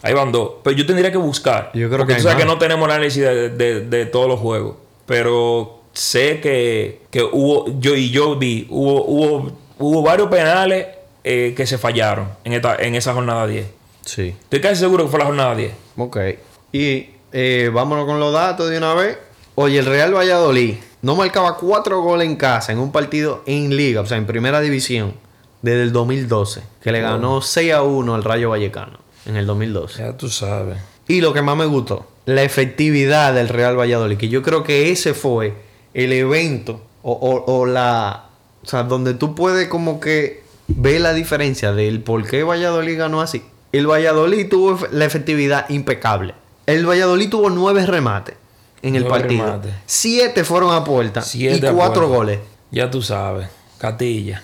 B: Ahí van dos. Pero yo tendría que buscar.
A: Yo creo
B: porque
A: que
B: tú
A: hay
B: sabes
A: más.
B: que no tenemos análisis de, de- de todos los juegos. Pero sé que, que hubo. Yo y yo vi. Hubo, hubo, hubo varios penales eh, que se fallaron en, esta, en esa jornada 10.
A: Sí.
B: Estoy casi seguro que fue la jornada 10.
A: Ok. Y eh, vámonos con los datos de una vez. Oye, el Real Valladolid no marcaba cuatro goles en casa en un partido en liga, o sea, en primera división, desde el 2012, que le ganó 6 a 1 al Rayo Vallecano en el 2012.
B: Ya tú sabes.
A: Y lo que más me gustó, la efectividad del Real Valladolid, que yo creo que ese fue el evento o, o- o la... O sea, donde tú puedes como que ver la diferencia del por qué Valladolid ganó así. El Valladolid tuvo ef- la efectividad impecable. El Valladolid tuvo nueve remates en el
B: Nueve
A: partido.
B: remates.
A: Siete fueron a puerta
B: Siete
A: Ah, y
B: a
A: cuatro
B: puerta.
A: goles.
B: Ya tú sabes. Catilla.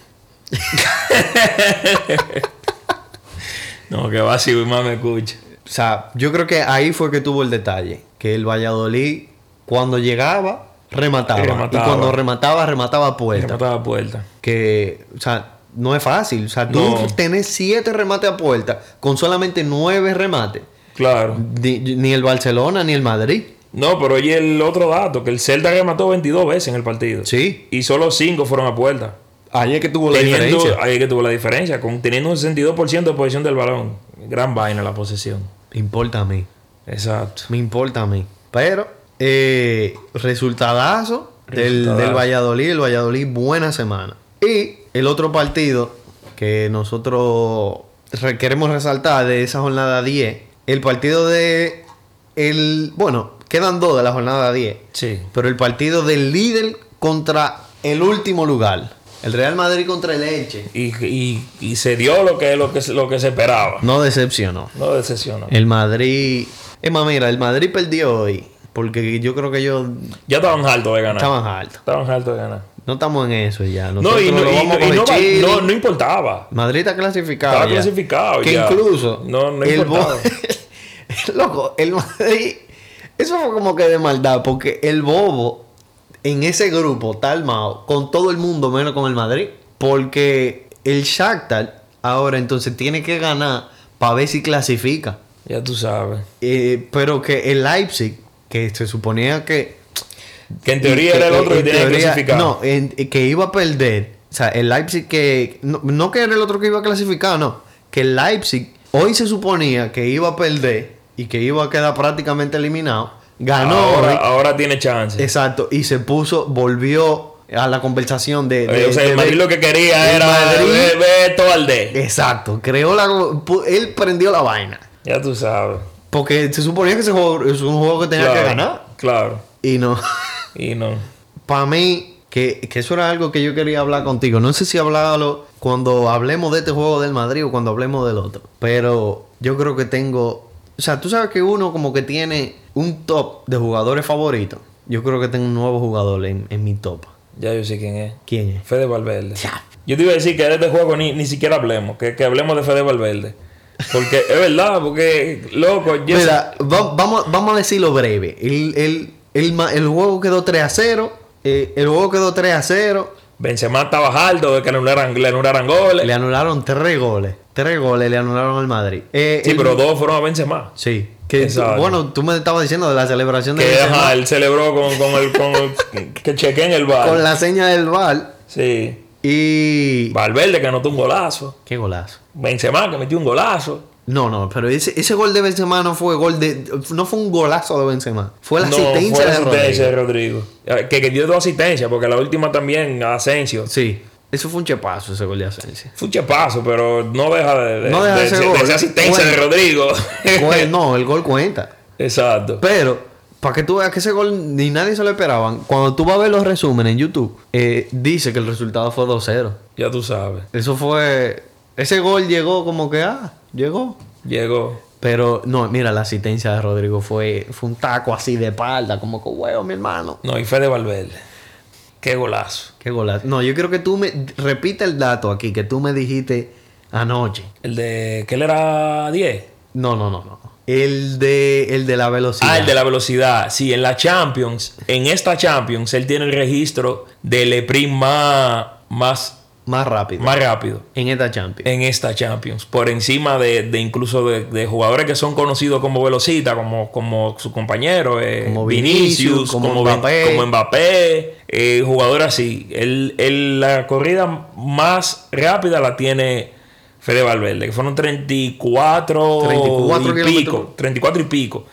B: no, que va si mi mamá me escucha.
A: O sea, yo creo que ahí fue que tuvo el detalle. Que el Valladolid, cuando llegaba, remataba.
B: Remataba.
A: Y cuando remataba, remataba a puerta.
B: Remata la puerta.
A: que, o sea, no es fácil. O sea, tú
B: No.
A: tenés siete remates a puerta con solamente nueve remates.
B: Claro.
A: Ni, ni el Barcelona ni el Madrid.
B: No, pero oye el otro dato, que el Celta remató 22 veces en el partido.
A: Sí.
B: Y solo 5 fueron a puerta.
A: Ayer que tuvo
B: Teniendo, ahí es que tuvo la diferencia, con, teniendo un 62% de posesión del balón. Gran vaina la posesión.
A: Me importa a mí.
B: Exacto.
A: Me importa a mí. Pero, eh, resultadazo del,
B: Resultadazo.
A: del Valladolid. El Valladolid, buena semana. Y el otro partido que nosotros re- queremos resaltar de esa jornada 10, el partido de. El, bueno, quedan dos de la jornada 10.
B: Sí.
A: Pero el partido del líder contra el último lugar. El Real Madrid contra el Elche.
B: Y, y- y se dio lo que, lo que, lo que se esperaba.
A: No decepcionó.
B: No decepcionó.
A: El Madrid... Es más, mira, el Madrid perdió hoy. Porque yo creo que ellos
B: Ya estaban hartos de ganar.
A: estaban altos.
B: Estaban hartos de ganar.
A: No estamos en eso ya.
B: No,
A: Nosotros
B: y no,
A: lo
B: y-
A: vamos
B: y
A: con
B: no
A: el
B: va-
A: Chile.
B: no- no importaba.
A: Madrid está clasificado.
B: Estaba
A: ya.
B: clasificado
A: Que
B: ya.
A: incluso.
B: No, no
A: el
B: importaba.
A: bo- Loco, el Madrid. Eso fue como que de maldad. Porque el bobo en ese grupo está armado con todo el mundo menos con el Madrid. Porque el Shakhtar ahora entonces tiene que ganar para ver si clasifica.
B: Ya tú sabes.
A: Eh, pero que el Leipzig, que se suponía que
B: Que en teoría era el otro que
A: en
B: tenía que
A: teoría,
B: clasificar.
A: No, en- en que iba a perder. O sea, el Leipzig que. No, no que era el otro que iba a clasificar, no. Que el Leipzig hoy se suponía que iba a perder y que iba a quedar prácticamente eliminado. Ganó.
B: ahora,
A: hoy.
B: ahora tiene chance.
A: Exacto. Y se puso, volvió a la conversación de.
B: Eh,
A: de-
B: o sea,
A: de-
B: el Madrid lo que quería
A: el
B: era
A: Madrid-
B: ver, ver todo al D.
A: Exacto. Creó la. pu- Él prendió la vaina.
B: Ya tú sabes.
A: Porque se suponía que ese juego es un juego que tenía
B: claro,
A: que ganar.
B: Claro.
A: Y no.
B: Y no.
A: Para mí, que, que eso era algo que yo quería hablar contigo. No sé si hablarlo cuando hablemos de este juego del Madrid o cuando hablemos del otro. Pero yo creo que tengo... O sea, tú sabes que uno como que tiene un top de jugadores favoritos. Yo creo que tengo un nuevo jugador en, en mi top.
B: Ya yo sé quién es.
A: ¿Quién es?
B: Fede Valverde. Yo te iba a decir que de este juego ni, ni siquiera hablemos. Que, que hablemos de Fede Valverde. Porque es verdad, porque, loco, yo
A: Mira, va- vamos, vamos a decirlo breve. El, el, el, ma- el juego quedó 3 a 0. eh, el juego quedó 3 a 0.
B: Benzema estaba harto de que le anularan, le anularan goles.
A: Le anularon 3 goles. 3 goles le anularon al Madrid. Eh,
B: sí,
A: el-
B: pero dos fueron a Benzema.
A: Sí. Que,
B: Exacto.
A: bueno, tú me estabas diciendo de la celebración de
B: Que
A: Benzema
B: ajá, él celebró con, con el, con el- que chequen el bar.
A: con la seña del VAR
B: Sí.
A: y...
B: Valverde que anotó un golazo.
A: ¡Qué golazo!
B: Benzema que metió un golazo.
A: No, no, pero ese, ese gol de Benzema no fue gol de... No fue un golazo de Benzema. Fue la
B: No,
A: asistencia
B: fue la
A: de
B: asistencia
A: Rodríguez.
B: de Rodrigo. Eh, Que, que dio dos asistencias, porque la última también, a Asensio.
A: Sí. Eso fue un chepazo, ese gol de asistencia.
B: Fue un chepazo, pero no deja de, de,
A: No deja de ser
B: de-
A: gol. ¿eh?
B: de esa asistencia de
A: Bueno.
B: Rodrigo.
A: Gol, no, el gol cuenta.
B: Exacto.
A: Pero, para que tú veas que ese gol ni nadie se lo esperaban, cuando tú vas a ver los resúmenes en YouTube, eh, dice que el resultado fue 2-0.
B: Ya tú sabes.
A: Eso fue... Ese gol llegó como que, ah, llegó.
B: Llegó.
A: Pero no, mira, la asistencia de Rodrigo fue, fue un taco así de espalda, como que huevo, mi hermano.
B: No, y Fede Valverde. Qué golazo.
A: Qué golazo. No, yo quiero que tú me repita el dato aquí que tú me dijiste anoche.
B: El de que él era 10.
A: No, no, no, no. El de, el de la velocidad.
B: Ah, el de la velocidad. Sí, en la Champions, en esta Champions, él tiene el registro del sprint más, más,
A: Más rápido.
B: más rápido
A: En esta Champions.
B: en esta Champions. Por encima de, de incluso de, de jugadores que son conocidos como velocita, como, como su compañero, eh,
A: Como
B: Vinicius,
A: Vinicius, como
B: como, Vin- como
A: Mbappé.
B: Mbappé, eh, jugadores así. Él- él- la corrida más rápida la tiene Fede Valverde, que fueron 34,
A: 34
B: y
A: kilómetros.
B: pico. 34 y pico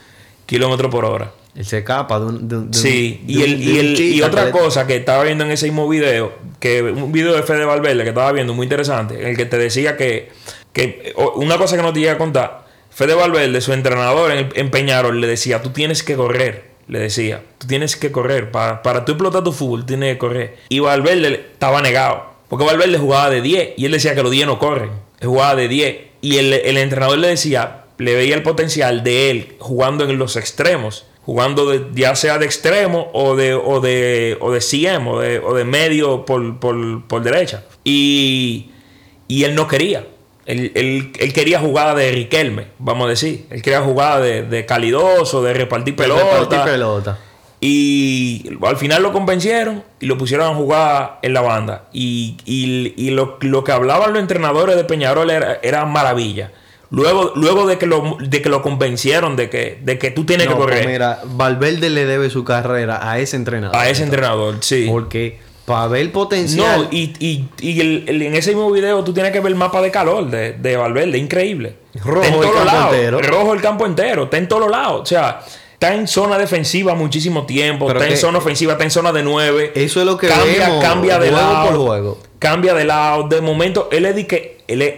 B: kilómetros por hora.
A: Él se escapa de un. de un- de
B: Sí,
A: un-
B: y,
A: de
B: el,
A: un-
B: y,
A: de un
B: el- y
A: chica
B: otra
A: que le-
B: cosa que estaba viendo en ese mismo video, que un video de Fede Valverde que estaba viendo muy interesante, en el que te decía que, que o- una cosa que no te llega a contar, Fede Valverde, su entrenador en, en Peñarol, le decía, tú tienes que correr, le decía, tú tienes que correr, para, para tú explotar tu fútbol tienes que correr. Y Valverde le- estaba negado, porque Valverde jugaba de 10 y él decía que los 10 no corren, él jugaba de 10 y el, el entrenador le decía, le veía el potencial de él jugando en los extremos jugando de- ya sea de extremo o de o de o de CM o de, o de medio por, por- por derecha y, y él no quería él, él- él quería jugada de Riquelme vamos a decir él quería jugada de, de calidoso de repartir
A: de
B: pelota
A: repartir pelota.
B: y al final lo convencieron y lo pusieron a jugar en la banda. Y, y- y lo, lo que hablaban los entrenadores de Peñarol era, era maravilla. Luego, luego de, que lo, de que lo convencieron de que, de que tú tienes
A: No,
B: que
A: pues
B: correr
A: mira, Valverde le debe su carrera a ese entrenador.
B: a ese entrenador, sí.
A: Porque para ver el potencial.
B: No, y, y- y el- el- en ese mismo video tú tienes que ver el mapa de calor de, de Valverde, increíble.
A: Rojo
B: Está en
A: el
B: todos
A: campo
B: lados.
A: entero.
B: Rojo el campo entero, está en todos lados. O sea, está en zona defensiva muchísimo tiempo,
A: Pero
B: está en
A: que-
B: zona ofensiva, está en zona de nueve.
A: Eso es lo que
B: cambia,
A: vemos,
B: cambia de
A: juego
B: lado.
A: por juego.
B: Cambia de lado. De momento, él es de que, él es,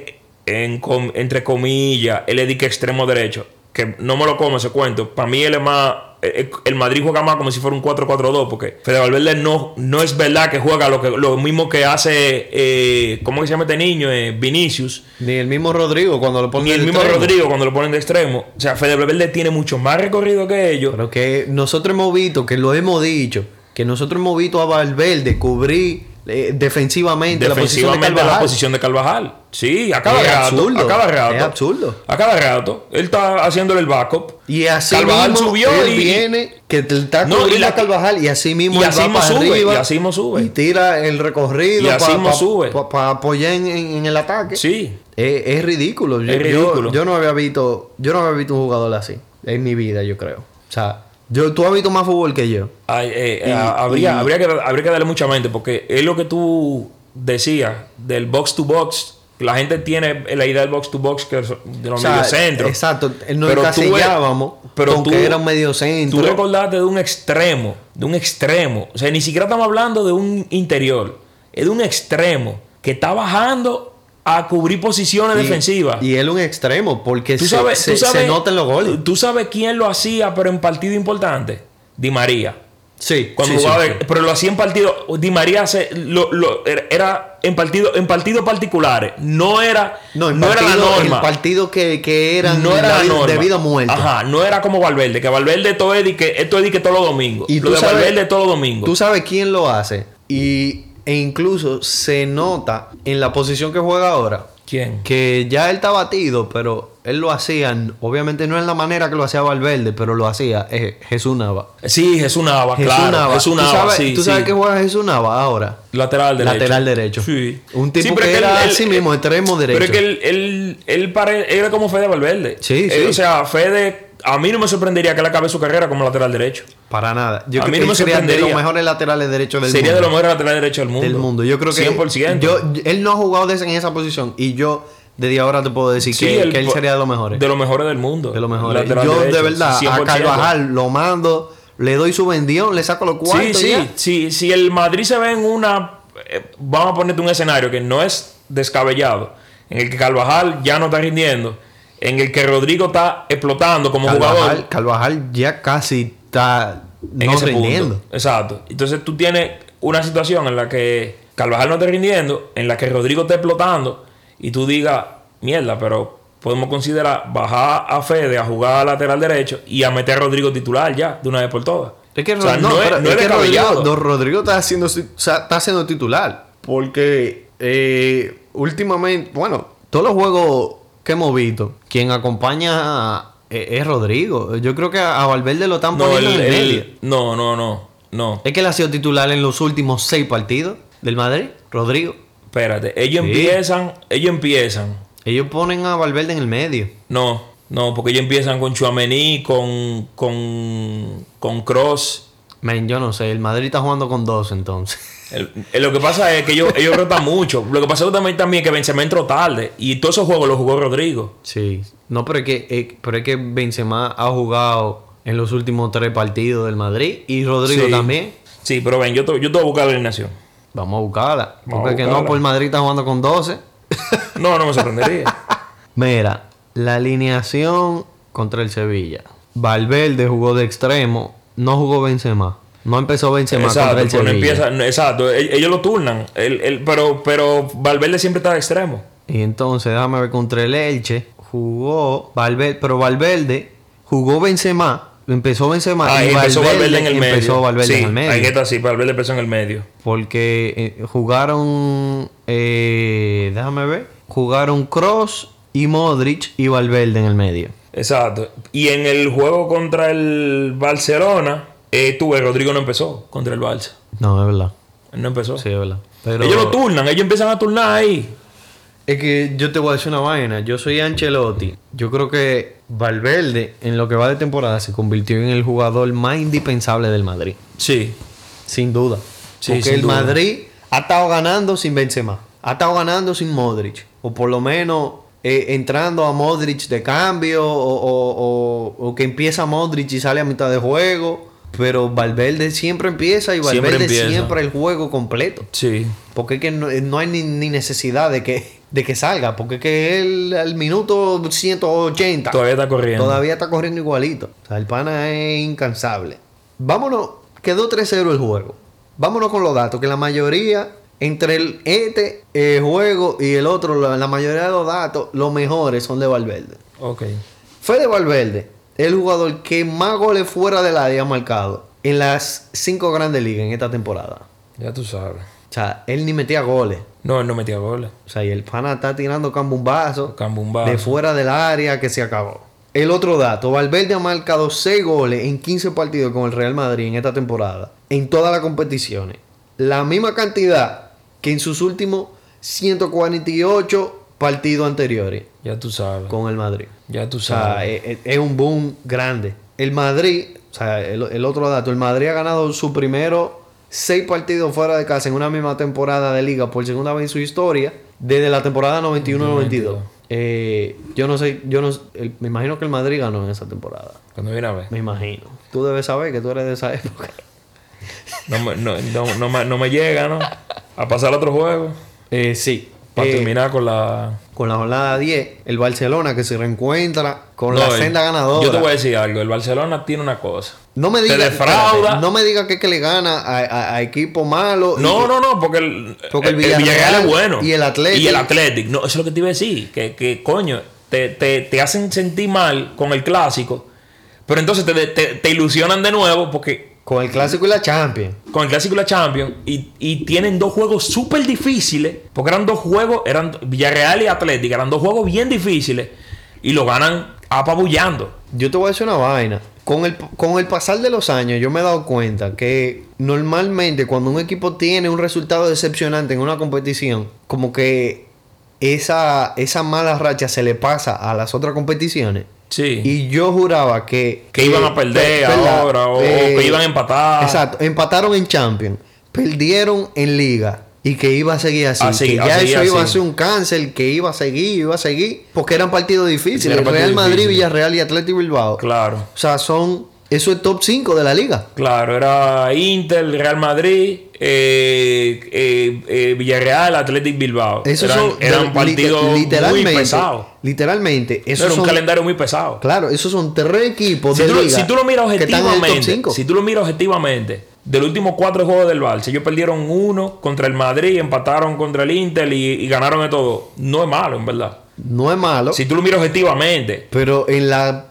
B: en com- entre comillas, él es de que extremo derecho. Que no me lo como ese cuento. Para mí, él es más. eh, El Madrid juega más como si fuera un 4-4-2, porque Fede Valverde no, no es verdad que juega lo, que, lo mismo que hace, eh, ¿cómo que se llama este niño? Eh, Vinicius.
A: Ni el mismo Rodrigo cuando lo ponen.
B: Ni el
A: de
B: mismo
A: extremo.
B: Rodrigo cuando lo ponen de extremo. O sea, Fede Valverde tiene mucho más recorrido que ellos.
A: Pero que nosotros hemos visto, que lo hemos dicho, que nosotros hemos visto a Valverde cubrir eh, defensivamente,
B: defensivamente
A: la
B: la
A: posición
B: posición de Carvajal. Sí, a cada
A: Es
B: rato.
A: absurdo,
B: A cada rato.
A: es absurdo.
B: A cada rato. Él está haciéndole el
A: de
B: backup.
A: Carvajal. Y así
B: Carvajal
A: mismo
B: subió
A: él
B: y-
A: viene, que te está
B: No, y
A: cubriendo
B: la-
A: a Carvajal y así mismo
B: y
A: él
B: así
A: va
B: mismo
A: para
B: sube,
A: arriba
B: y así mismo sube.
A: y tira el recorrido
B: Y así
A: pa-
B: mismo
A: pa-
B: sube.
A: pa- pa apoyar en, en- en el ataque.
B: Sí.
A: Es, es ridículo. Yo,
B: Es
A: yo-
B: ridículo.
A: Yo, no había visto, yo no había visto un jugador así en mi vida, yo creo. O sea, yo, tú has visto más fútbol que yo.
B: Ay, eh,
A: Y-
B: ah, habría,
A: y-
B: habría, que, habría que darle mucha mente porque es lo que tú decías del box to box. La gente tiene la idea del box to box que es de los
A: O sea,
B: mediocentros.
A: Exacto. Nos
B: Pero tú
A: encasillábamos
B: ves- pero
A: con
B: tú-
A: que era un medio
B: Tú
A: centro.
B: recordaste de un extremo, de un extremo. O sea, ni siquiera estamos hablando de un interior. Es de un extremo que está bajando a cubrir posiciones defensivas.
A: Y él un extremo, porque
B: ¿Tú
A: se,
B: sabes,
A: se-
B: tú sabes-
A: se notan los goles.
B: ¿Tú sabes quién lo hacía, pero en partido importante? Di María.
A: Sí,
B: Cuando
A: sí, sí,
B: jugaba,
A: sí.
B: pero lo hacía en partido. Di María se- lo- lo- era- era en partido, en partidos particulares. No era,
A: No,
B: no,
A: el
B: era la
A: partido,
B: norma.
A: El partido que, que eran
B: no era la
A: de, vida-
B: norma.
A: de vida o muerte.
B: Ajá, no era como Valverde, que Valverde todo es de que esto es de que todos los domingos.
A: Y
B: lo
A: tú
B: de
A: sabes-
B: Valverde todos los domingos.
A: Tú sabes quién lo hace. Y, e incluso se nota en la posición que juega ahora.
B: ¿Quién?
A: Que ya él está batido, pero él lo hacía, obviamente no en la manera que lo hacía Valverde, pero lo hacía eh, Jesús Nava.
B: Sí, Jesús Nava,
A: Jesús
B: claro.
A: Nava.
B: Jesús Nava,
A: ¿Tú sabes,
B: sí,
A: ¿tú
B: sí.
A: sabes que juega Jesús Nava ahora?
B: Lateral derecho.
A: Lateral derecho.
B: Sí.
A: Un tipo
B: Sí, pero
A: que
B: es él-
A: era
B: él-
A: así mismo, extremo derecho.
B: Pero es que él, él, él pare- era como Fede Valverde.
A: Sí,
B: Eh,
A: sí.
B: O sea, Fede, a mí no me sorprendería que él acabe su carrera como lateral derecho.
A: Para nada. Yo
B: A
A: creo
B: mí
A: que
B: no me
A: él sería de los
B: sorprendería.
A: mejores laterales derechos del
B: Sería de
A: mundo.
B: los mejores lateral derecho del mundo.
A: del mundo. Yo creo que
B: 100%.
A: Yo, yo- él no ha jugado desde en esa posición y yo desde ahora te puedo decir
B: Sí,
A: que, que él sería de los mejores.
B: De los mejores del mundo.
A: De los mejores.
B: Lateral
A: Yo de
B: derecho,
A: verdad a
B: 100%.
A: Carvajal lo mando, le doy su bendición, le saco los
B: Sí,
A: cuartos.
B: sí,
A: ya.
B: sí. Si el Madrid se ve en una. eh, vamos a ponerte un escenario que no es descabellado. En el que Carvajal ya no está rindiendo. En el que Rodrigo está explotando como jugador.
A: Carvajal, Carvajal ya casi está
B: En
A: no
B: ese
A: rindiendo.
B: punto. Exacto. Entonces tú tienes una situación en la que Carvajal no está rindiendo. En la que Rodrigo está explotando. Y tú digas, mierda, pero podemos considerar bajar a Fede a jugar lateral derecho. Y a meter a Rodrigo titular ya, de una vez por todas.
A: Es que,
B: O sea,
A: no,
B: no es-
A: espera,
B: no
A: es
B: es
A: que
B: descabellado.
A: Rodrigo, no, Rodrigo está, haciendo, si- o sea, está siendo titular. Porque eh, últimamente, bueno, todos los juegos que hemos visto, quien acompaña eh, es Rodrigo. Yo creo que a a Valverde lo están
B: No,
A: poniendo
B: el-
A: en
B: el-
A: medio.
B: no, no, no, no.
A: Es que él ha sido titular en los últimos seis partidos del Madrid, Rodrigo.
B: Espérate, ellos
A: Sí.
B: empiezan, ellos empiezan.
A: Ellos ponen a Valverde en el medio.
B: No, no, porque ellos empiezan con Chuamení, con con con Cross.
A: Men, yo no sé, el Madrid está jugando con dos entonces.
B: El- el- lo que pasa es que ellos, ellos rotan mucho. Lo que pasa también, también es que Benzema entró tarde. Y todos esos juegos los jugó Rodrigo.
A: Sí. No, pero es que, eh, pero es que Benzema ha jugado en los últimos tres partidos del Madrid y Rodrigo
B: Sí.
A: también.
B: Sí, pero ven, yo te, yo te voy a buscar la alineación.
A: Vamos a buscarla.
B: Vamos
A: Porque
B: a
A: que no,
B: buscarla.
A: por el Madrid está jugando con 12.
B: No, no me sorprendería.
A: Mira, la alineación contra el Sevilla. Valverde jugó de extremo, no jugó Benzema. No empezó Benzema contra
B: exacto,
A: el
B: pero no
A: Sevilla.
B: empieza- no, exacto, e- ellos lo turnan. El- el- pero, pero Valverde siempre está de extremo.
A: Y entonces, déjame ver, contra el Elche jugó Valverde, pero Valverde jugó Benzema, empezó Benzema
B: Ah,
A: y
B: empezó Valverde en el medio.
A: empezó Valverde
B: sí,
A: en el medio.
B: Ahí que está, sí, Valverde empezó en el medio.
A: Porque eh, jugaron, eh, déjame ver, jugaron Cross y Modric y Valverde en el medio.
B: Exacto. Y en el juego contra el Barcelona, eh, tuve Rodrigo no empezó contra el Barça.
A: No, es verdad.
B: Él no empezó.
A: Sí, es verdad. Pero
B: Ellos lo turnan, ellos empiezan a turnar ahí.
A: es que yo te voy a decir una vaina. Yo soy Ancelotti. Yo creo que Valverde, en lo que va de temporada, se convirtió en el jugador más indispensable del Madrid.
B: Sí.
A: Sin duda.
B: Sí,
A: Porque
B: sin
A: el
B: duda.
A: Madrid ha estado ganando sin Benzema. Ha estado ganando sin Modric. O por lo menos eh, entrando a Modric de cambio. O, o- o- o que empieza Modric y sale a mitad de juego. Pero Valverde siempre empieza y
B: Siempre
A: Valverde siempre,
B: empieza.
A: el juego completo.
B: Sí.
A: Porque es que no, no hay ni, ni necesidad de que, de que salga. Porque es que él al minuto 180
B: Todavía está corriendo.
A: Todavía está corriendo igualito. O sea, el pana es incansable. Vámonos, quedó 3-0 el juego. Vámonos con los datos, que la mayoría, entre el este eh, juego y el otro, la, la mayoría de los datos, los mejores son de Valverde.
B: Ok.
A: Fede Valverde, el jugador que más goles fuera del área ha marcado en las cinco grandes ligas en esta temporada.
B: Ya tú sabes.
A: O sea, él ni metía goles.
B: No, él no metía goles.
A: O sea, y el pana está tirando cambumbazo
B: Cambumba.
A: de fuera del área que se acabó. El otro dato, Valverde ha marcado 6 goles en 15 partidos con el Real Madrid en esta temporada, en todas las competiciones. La misma cantidad que en sus últimos 148 partidos anteriores
B: Ya tú sabes.
A: con el Madrid.
B: Ya tú
A: O sea,
B: sabes.
A: es, es- es un boom grande. El Madrid, o sea, el, el otro dato, el Madrid ha ganado su primero seis partidos fuera de casa en una misma temporada de liga por segunda vez en su historia, desde la temporada 91-92. Eh, yo no sé, yo no, el- me imagino que el Madrid ganó en esa temporada.
B: Cuando viene a ver.
A: Me imagino. Tú debes saber que tú eres de esa época.
B: No, me- no, no, no me, no me llega, ¿no? A pasar al otro juego.
A: Eh, sí.
B: Para
A: Eh,
B: terminar con la.
A: con la jornada 10, el Barcelona que se reencuentra con la
B: No,
A: senda
B: eh,
A: ganadora.
B: Yo te voy a decir algo. El Barcelona tiene una cosa.
A: No me digas.
B: defrauda.
A: espérate, No me digas que, es que le gana a, a- a equipo malo. y-
B: No, no, no, porque el,
A: Porque el
B: el- el
A: Villarreal
B: es bueno.
A: y el Athletic.
B: Y el Athletic. No, eso es lo que te iba a decir. Que, que, coño, te, te- te hacen sentir mal con el clásico. Pero entonces te, te- te ilusionan de nuevo porque
A: Con el clásico y la Champions.
B: con el clásico y la Champions. Y, y tienen dos juegos súper difíciles. Porque eran dos juegos, eran Villarreal y Athletic. Eran dos juegos bien difíciles. Y lo ganan apabullando.
A: Yo te voy a decir una vaina. Con el, con el pasar de los años, yo me he dado cuenta que normalmente cuando un equipo tiene un resultado decepcionante en una competición, como que esa, esa mala racha se le pasa a las otras competiciones.
B: Sí.
A: Y yo juraba que. eh,
B: Que iban a perder
A: pe- perla-
B: ahora, o- o que iban a empatar.
A: Eh, Exacto, empataron en Champions, perdieron en Liga y que iba a seguir así.
B: Así,
A: que
B: a
A: ya
B: seguir
A: eso iba a
B: así.
A: ser un cáncer, que iba a seguir, iba a seguir, porque eran partidos difíciles.
B: Era partido
A: Real Madrid,
B: difícil.
A: Villarreal y Atlético Bilbao.
B: claro.
A: O sea, son. Eso es top 5 de la Liga.
B: Claro, era Inter, Real Madrid, eh, eh, eh, Villarreal, Athletic Bilbao.
A: Eso
B: eran
A: son
B: eran
A: de-
B: partidos
A: liter- literalmente,
B: muy pesados.
A: Literalmente,
B: Era
A: esos
B: un
A: son,
B: calendario muy pesado.
A: claro, esos son tres equipos
B: Si
A: de
B: tú, lo-
A: liga
B: si tú lo miras
A: que están en el top
B: objetivamente,
A: cinco.
B: si tú lo miras objetivamente, de los últimos cuatro juegos del Barça, ellos perdieron uno contra el Madrid, empataron contra el Inter y, y ganaron de todo. No es malo, en verdad.
A: No es malo.
B: Si tú lo miras objetivamente,
A: Pero en la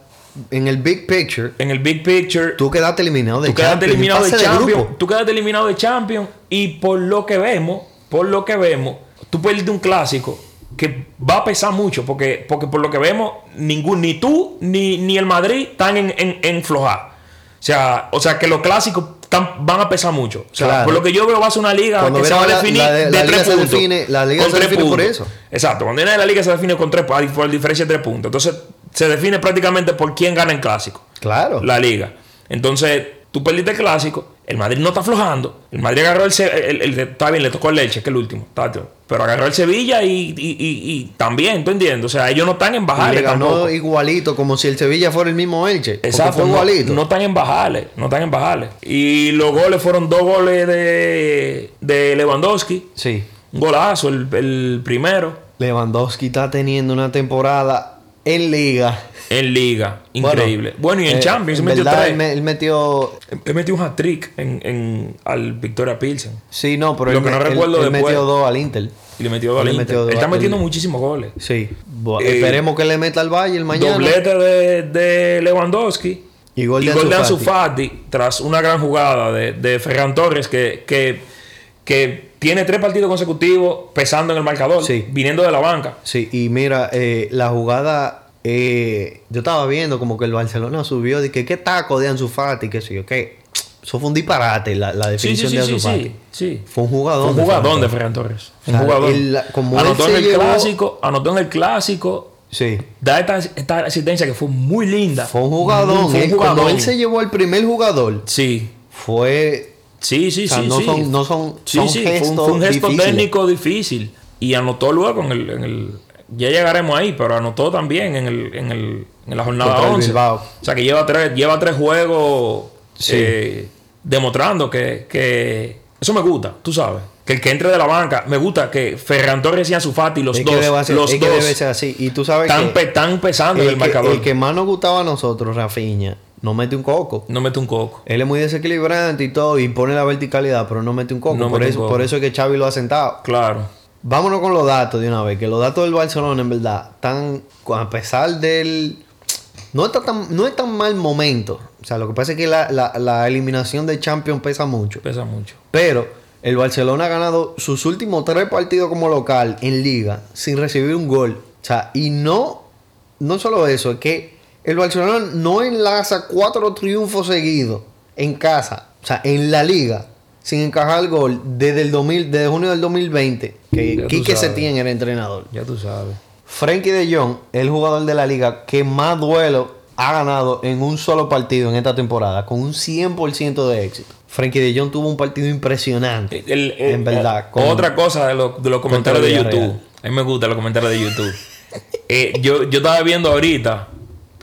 A: en el big picture,
B: En el Big Picture,
A: tú quedaste eliminado de
B: tú quedaste
A: Champions,
B: eliminado de
A: pase
B: Champions.
A: grupo.
B: Tú quedaste eliminado de Champions. Y por lo que vemos, por lo que vemos, tú perdiste un clásico que va a pesar mucho. Porque, porque por lo que vemos, ningún, ni tú ni, ni el Madrid están en, en, en flojar. O sea, o sea, que los clásicos están- van a pesar mucho. O sea,
A: Claro.
B: por lo que yo veo, va a ser una liga
A: Cuando
B: que se
A: viene
B: va a
A: la-
B: definir
A: la- la
B: de
A: liga
B: tres
A: se
B: puntos.
A: define- la liga
B: Con
A: se
B: tres
A: define por
B: puntos.
A: eso.
B: Exacto, cuando viene la liga se define con tres pu- por diferencia de tres puntos. Entonces, se define prácticamente por quién gana el clásico
A: Claro.
B: la liga. Entonces, tú perdiste el clásico, el Madrid no está aflojando. El Madrid agarró el, Se- el- el- está bien, le tocó el leche, que el último, está bien. pero agarró el Sevilla y, y- y- y también, ¿tú entiendes? O sea, ellos no están en
A: Y
B: bajales
A: le ganó
B: tampoco.
A: igualito, como si el Sevilla fuera el mismo Elche. porque
B: Exacto,
A: fue
B: no,
A: igualito.
B: no están en bajales, no están en bajales. Y los goles fueron dos goles de, de Lewandowski,
A: Sí.
B: un golazo, el, el primero,
A: Lewandowski está teniendo una temporada en liga.
B: en liga, increíble. Bueno, y en
A: eh,
B: Champions
A: en
B: metió
A: verdad,
B: tres.
A: Él, me- él metió.
B: Él metió un hat-trick en, en- al Victoria Pilsen.
A: Sí, no, pero
B: Lo
A: él,
B: que no
A: él-
B: recuerdo
A: él
B: después.
A: metió dos al Inter.
B: Y le metió dos al
A: Le
B: Inter.
A: metió dos
B: Él está
A: al-
B: metiendo muchísimos goles.
A: Sí. Bo-
B: Eh,
A: Esperemos que le meta al Bayern mañana.
B: Doblete de, de Lewandowski.
A: Y gol de
B: y gol de Ansu
A: Ansu Fati.
B: Fati tras una gran jugada de, de Ferran Torres que, que, que tiene tres partidos consecutivos pesando en el marcador,
A: Sí.
B: viniendo de la banca.
A: Sí, y mira, eh, la jugada. eh, yo estaba viendo como que el Barcelona subió. Dije, ¿qué taco de Ansu Fati? Que sí, que eso fue un disparate la, la
B: Sí, sí,
A: definición
B: sí,
A: de
B: sí,
A: Ansu Fati.
B: sí, sí.
A: Fue un jugador.
B: Fue un jugador de Ferran Torres. Fue un
A: O sea,
B: jugador.
A: él- como él
B: anotó en
A: se
B: el
A: llevó-
B: clásico, anotó en el clásico.
A: Sí.
B: Da esta, esta asistencia que fue muy linda.
A: Fue un jugador. eh,
B: Fue un
A: Cuando
B: jugador.
A: él se llevó al primer jugador,
B: Sí,
A: fue.
B: Sí, sí,
A: O sea,
B: sí.
A: no
B: sí.
A: son- no son-
B: Sí,
A: son
B: sí, fue un-
A: gestos
B: fue un gesto
A: difíciles.
B: técnico difícil. Y anotó luego en el, en el- Ya llegaremos ahí, pero anotó también en, el, en, el, en la jornada
A: Contra el
B: 11.
A: Bilbao.
B: O sea, que lleva tres, lleva tres juegos
A: Sí.
B: eh, demostrando que, que. Eso me gusta, tú sabes. Que el que entre de la banca, me gusta que Ferran Torres y Ansu Fati, los
A: es
B: dos,
A: que debe ser,
B: los
A: es que debe
B: dos,
A: ser así. Y tú sabes
B: están,
A: que.
B: pe- están pesando en el
A: que-
B: marcador.
A: el que más nos gustaba a nosotros, Rafiña, no mete un coco.
B: No mete un coco.
A: Él es muy desequilibrante y todo, y pone la verticalidad, pero no mete un coco.
B: No
A: por,
B: mete un
A: eso,
B: coco.
A: por eso es que Xavi lo ha sentado.
B: Claro.
A: Vámonos con los datos de una vez, que los datos del Barcelona, en verdad, están, a pesar del... No está tan, no es tan mal momento. O sea, lo que pasa es que la, la- la eliminación de Champions pesa mucho.
B: Pesa mucho.
A: Pero el Barcelona ha ganado sus últimos tres partidos como local en liga sin recibir un gol. O sea, y no, no solo eso, es que el Barcelona no enlaza cuatro triunfos seguidos en casa, o sea, en la liga, sin encajar el gol desde el 2000, desde junio del 2020,
B: Ya
A: que
B: tú
A: Quique
B: sabes.
A: Setién era entrenador.
B: Ya tú sabes.
A: Frenkie de Jong, el jugador de la liga que más duelo ha ganado en un solo partido en esta temporada, con un 100% de éxito. Frenkie de Jong tuvo un partido impresionante.
B: El- el-
A: en verdad.
B: o-
A: con-
B: Otra cosa de, lo- de los comentarios de
A: Villarreal.
B: YouTube. A mí me gustan los comentarios de YouTube. Eh, yo, yo estaba viendo ahorita,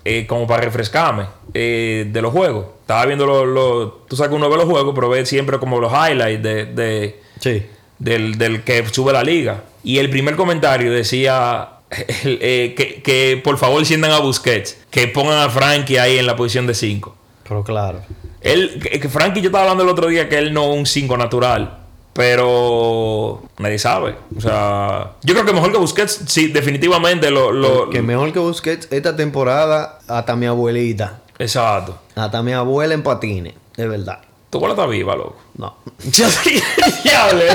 B: eh, como para refrescarme, eh, de los juegos. Estaba viendo los... los- tú sabes que uno ve los juegos, pero ve siempre como los highlights de- de,
A: Sí.
B: del, del que sube la liga. Y el primer comentario decía el, eh, que, que por favor sientan a Busquets, que pongan a Frankie ahí en la posición de 5.
A: Pero claro.
B: Él, que que Frankie, yo estaba hablando el otro día que él no es un 5 natural. Pero nadie sabe. O sea, yo creo que mejor que Busquets, sí, definitivamente lo. lo-
A: Que mejor que Busquets esta temporada, hasta mi abuelita,
B: Exacto.
A: hasta mi abuela en patines, de verdad.
B: Tu bola está viva, loco.
A: No.
B: Ya sí, ya hablé.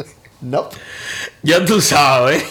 A: No.
B: Ya tú sabes.